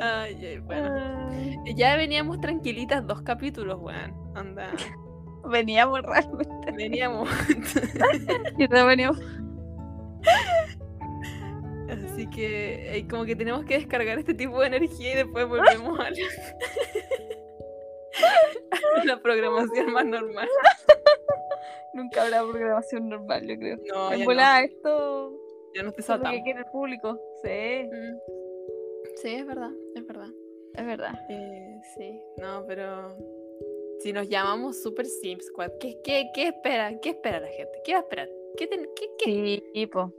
Speaker 2: Ay, ay, bueno.
Speaker 1: Ay,
Speaker 2: Ya veníamos tranquilitas dos capítulos, weón. Anda.
Speaker 1: Veníamos realmente.
Speaker 2: Veníamos.
Speaker 1: y no veníamos.
Speaker 2: Así que eh, como que tenemos que descargar este tipo de energía y después volvemos a la, a la programación más normal.
Speaker 1: Nunca habrá programación normal, yo creo.
Speaker 2: No,
Speaker 1: en
Speaker 2: ya
Speaker 1: volada
Speaker 2: no,
Speaker 1: esto
Speaker 2: ya nos
Speaker 1: es lo que
Speaker 2: desatamos.
Speaker 1: quiere el público. Sí,
Speaker 2: Mm. Sí, es verdad, es verdad.
Speaker 1: es verdad.
Speaker 2: Eh, sí, no, pero si nos llamamos Super Sim Squad, ¿qué, qué, qué espera? ¿Qué espera la gente? ¿Qué va a esperar? ¿Qué, ten- qué, qué?
Speaker 1: Sí, tipo.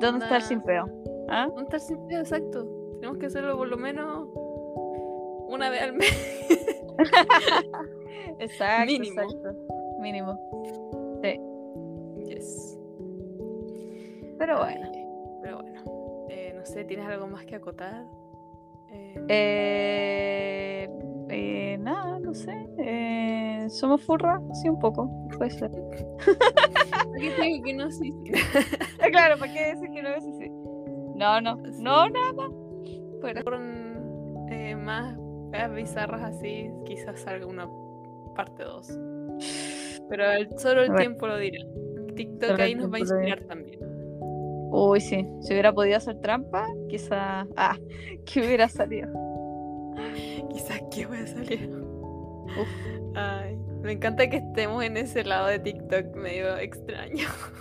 Speaker 1: ¿Dónde está el simpeo? ¿Ah?
Speaker 2: Un tal simple, exacto. Tenemos que hacerlo por lo menos una vez al mes.
Speaker 1: Exacto,
Speaker 2: Mínimo.
Speaker 1: exacto. Mínimo.
Speaker 2: Yes.
Speaker 1: Pero bueno.
Speaker 2: Ay, Eh, Pero bueno. Eh, no sé, ¿tienes algo más que acotar? Eh,
Speaker 1: Eh, eh, nada, no sé. Eh, ¿Somos furra? Sí, un poco. Puede ser.
Speaker 2: ¿por qué te digo que no? Sí, sí.
Speaker 1: Ah, claro, ¿para qué decir que no es así? No, no. No, nada más. Fuera.
Speaker 2: Con, eh, más weas bizarras así, quizás salga una parte 2. Pero el- solo el
Speaker 1: Bueno.
Speaker 2: tiempo lo dirá. TikTok
Speaker 1: Solo
Speaker 2: ahí
Speaker 1: el
Speaker 2: nos va a
Speaker 1: tiempo lo dirá.
Speaker 2: inspirar también.
Speaker 1: Uy, sí. Si hubiera podido hacer trampa, quizá. Ah, que hubiera salido.
Speaker 2: Quizás que voy a salir. Ay, me encanta que estemos en ese lado de TikTok medio extraño.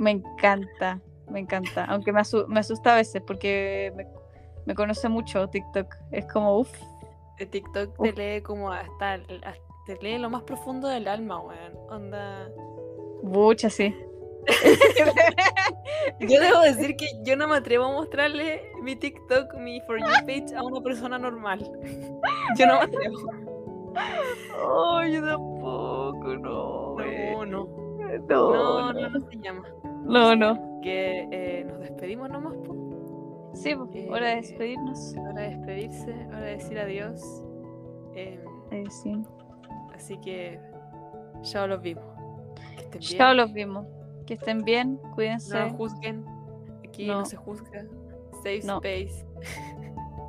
Speaker 1: Me encanta. Me encanta. Aunque me, asu- me asusta a veces porque me, me conoce mucho TikTok. Es como, uff.
Speaker 2: De TikTok
Speaker 1: Uf.
Speaker 2: te lee como hasta, el- hasta- te lee lo más profundo del alma, weón. Onda.
Speaker 1: Bucha, sí.
Speaker 2: Yo debo decir que yo no me atrevo a mostrarle mi TikTok, mi For You page a una persona normal. Yo no me atrevo.
Speaker 1: Oh, yo tampoco, no. güey.
Speaker 2: No, no.
Speaker 1: No, no,
Speaker 2: No, no, Oh, no se llama.
Speaker 1: no.
Speaker 2: Que eh, nos despedimos nomás, po.
Speaker 1: Sí, po,
Speaker 2: Eh,
Speaker 1: hora de despedirnos.
Speaker 2: Hora de despedirse, hora de decir adiós. Em,
Speaker 1: Eh, sí.
Speaker 2: así que. Ya los vimos. Que estén bien.
Speaker 1: Chao, los vimos. Que estén bien, cuídense.
Speaker 2: No nos juzguen. Aquí no,
Speaker 1: No.
Speaker 2: se juzga. Safe
Speaker 1: No.
Speaker 2: space.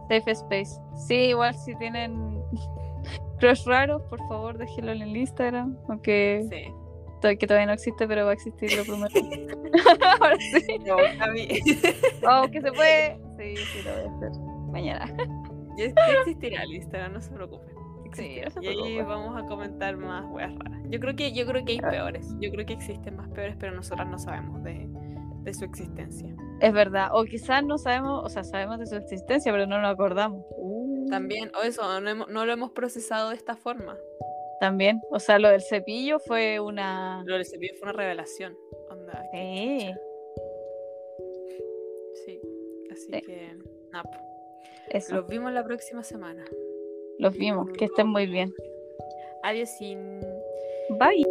Speaker 1: Safe space. Sí, igual si tienen crush raros, por favor, déjenlo en el Instagram. Aunque
Speaker 2: Sí.
Speaker 1: to- que todavía no existe, pero va a existir, lo prometo. Ahora sí.
Speaker 2: No, a mí.
Speaker 1: Oh, que se puede. Sí, sí, lo voy a hacer. Mañana.
Speaker 2: Ya- ya existirá el Instagram, no se preocupen.
Speaker 1: Sí,
Speaker 2: Y ahí vamos a comentar más weas raras. Yo creo que, yo creo que hay peores. Yo creo que existen más peores, pero nosotras no sabemos de, de su existencia.
Speaker 1: Es verdad. O quizás no sabemos, o sea, sabemos de su existencia, pero no nos acordamos.
Speaker 2: Uh. También, o eso, no, hemos- no lo hemos procesado de esta forma.
Speaker 1: También. O sea, lo del cepillo fue una.
Speaker 2: Lo del cepillo fue una revelación. Onda,
Speaker 1: Sí,
Speaker 2: que chucha. Sí. Así
Speaker 1: Sí.
Speaker 2: que, nada, po.
Speaker 1: eso.
Speaker 2: los vimos la próxima semana.
Speaker 1: Los vimos. Que estén muy bien.
Speaker 2: Adiós, sin.
Speaker 1: Bye.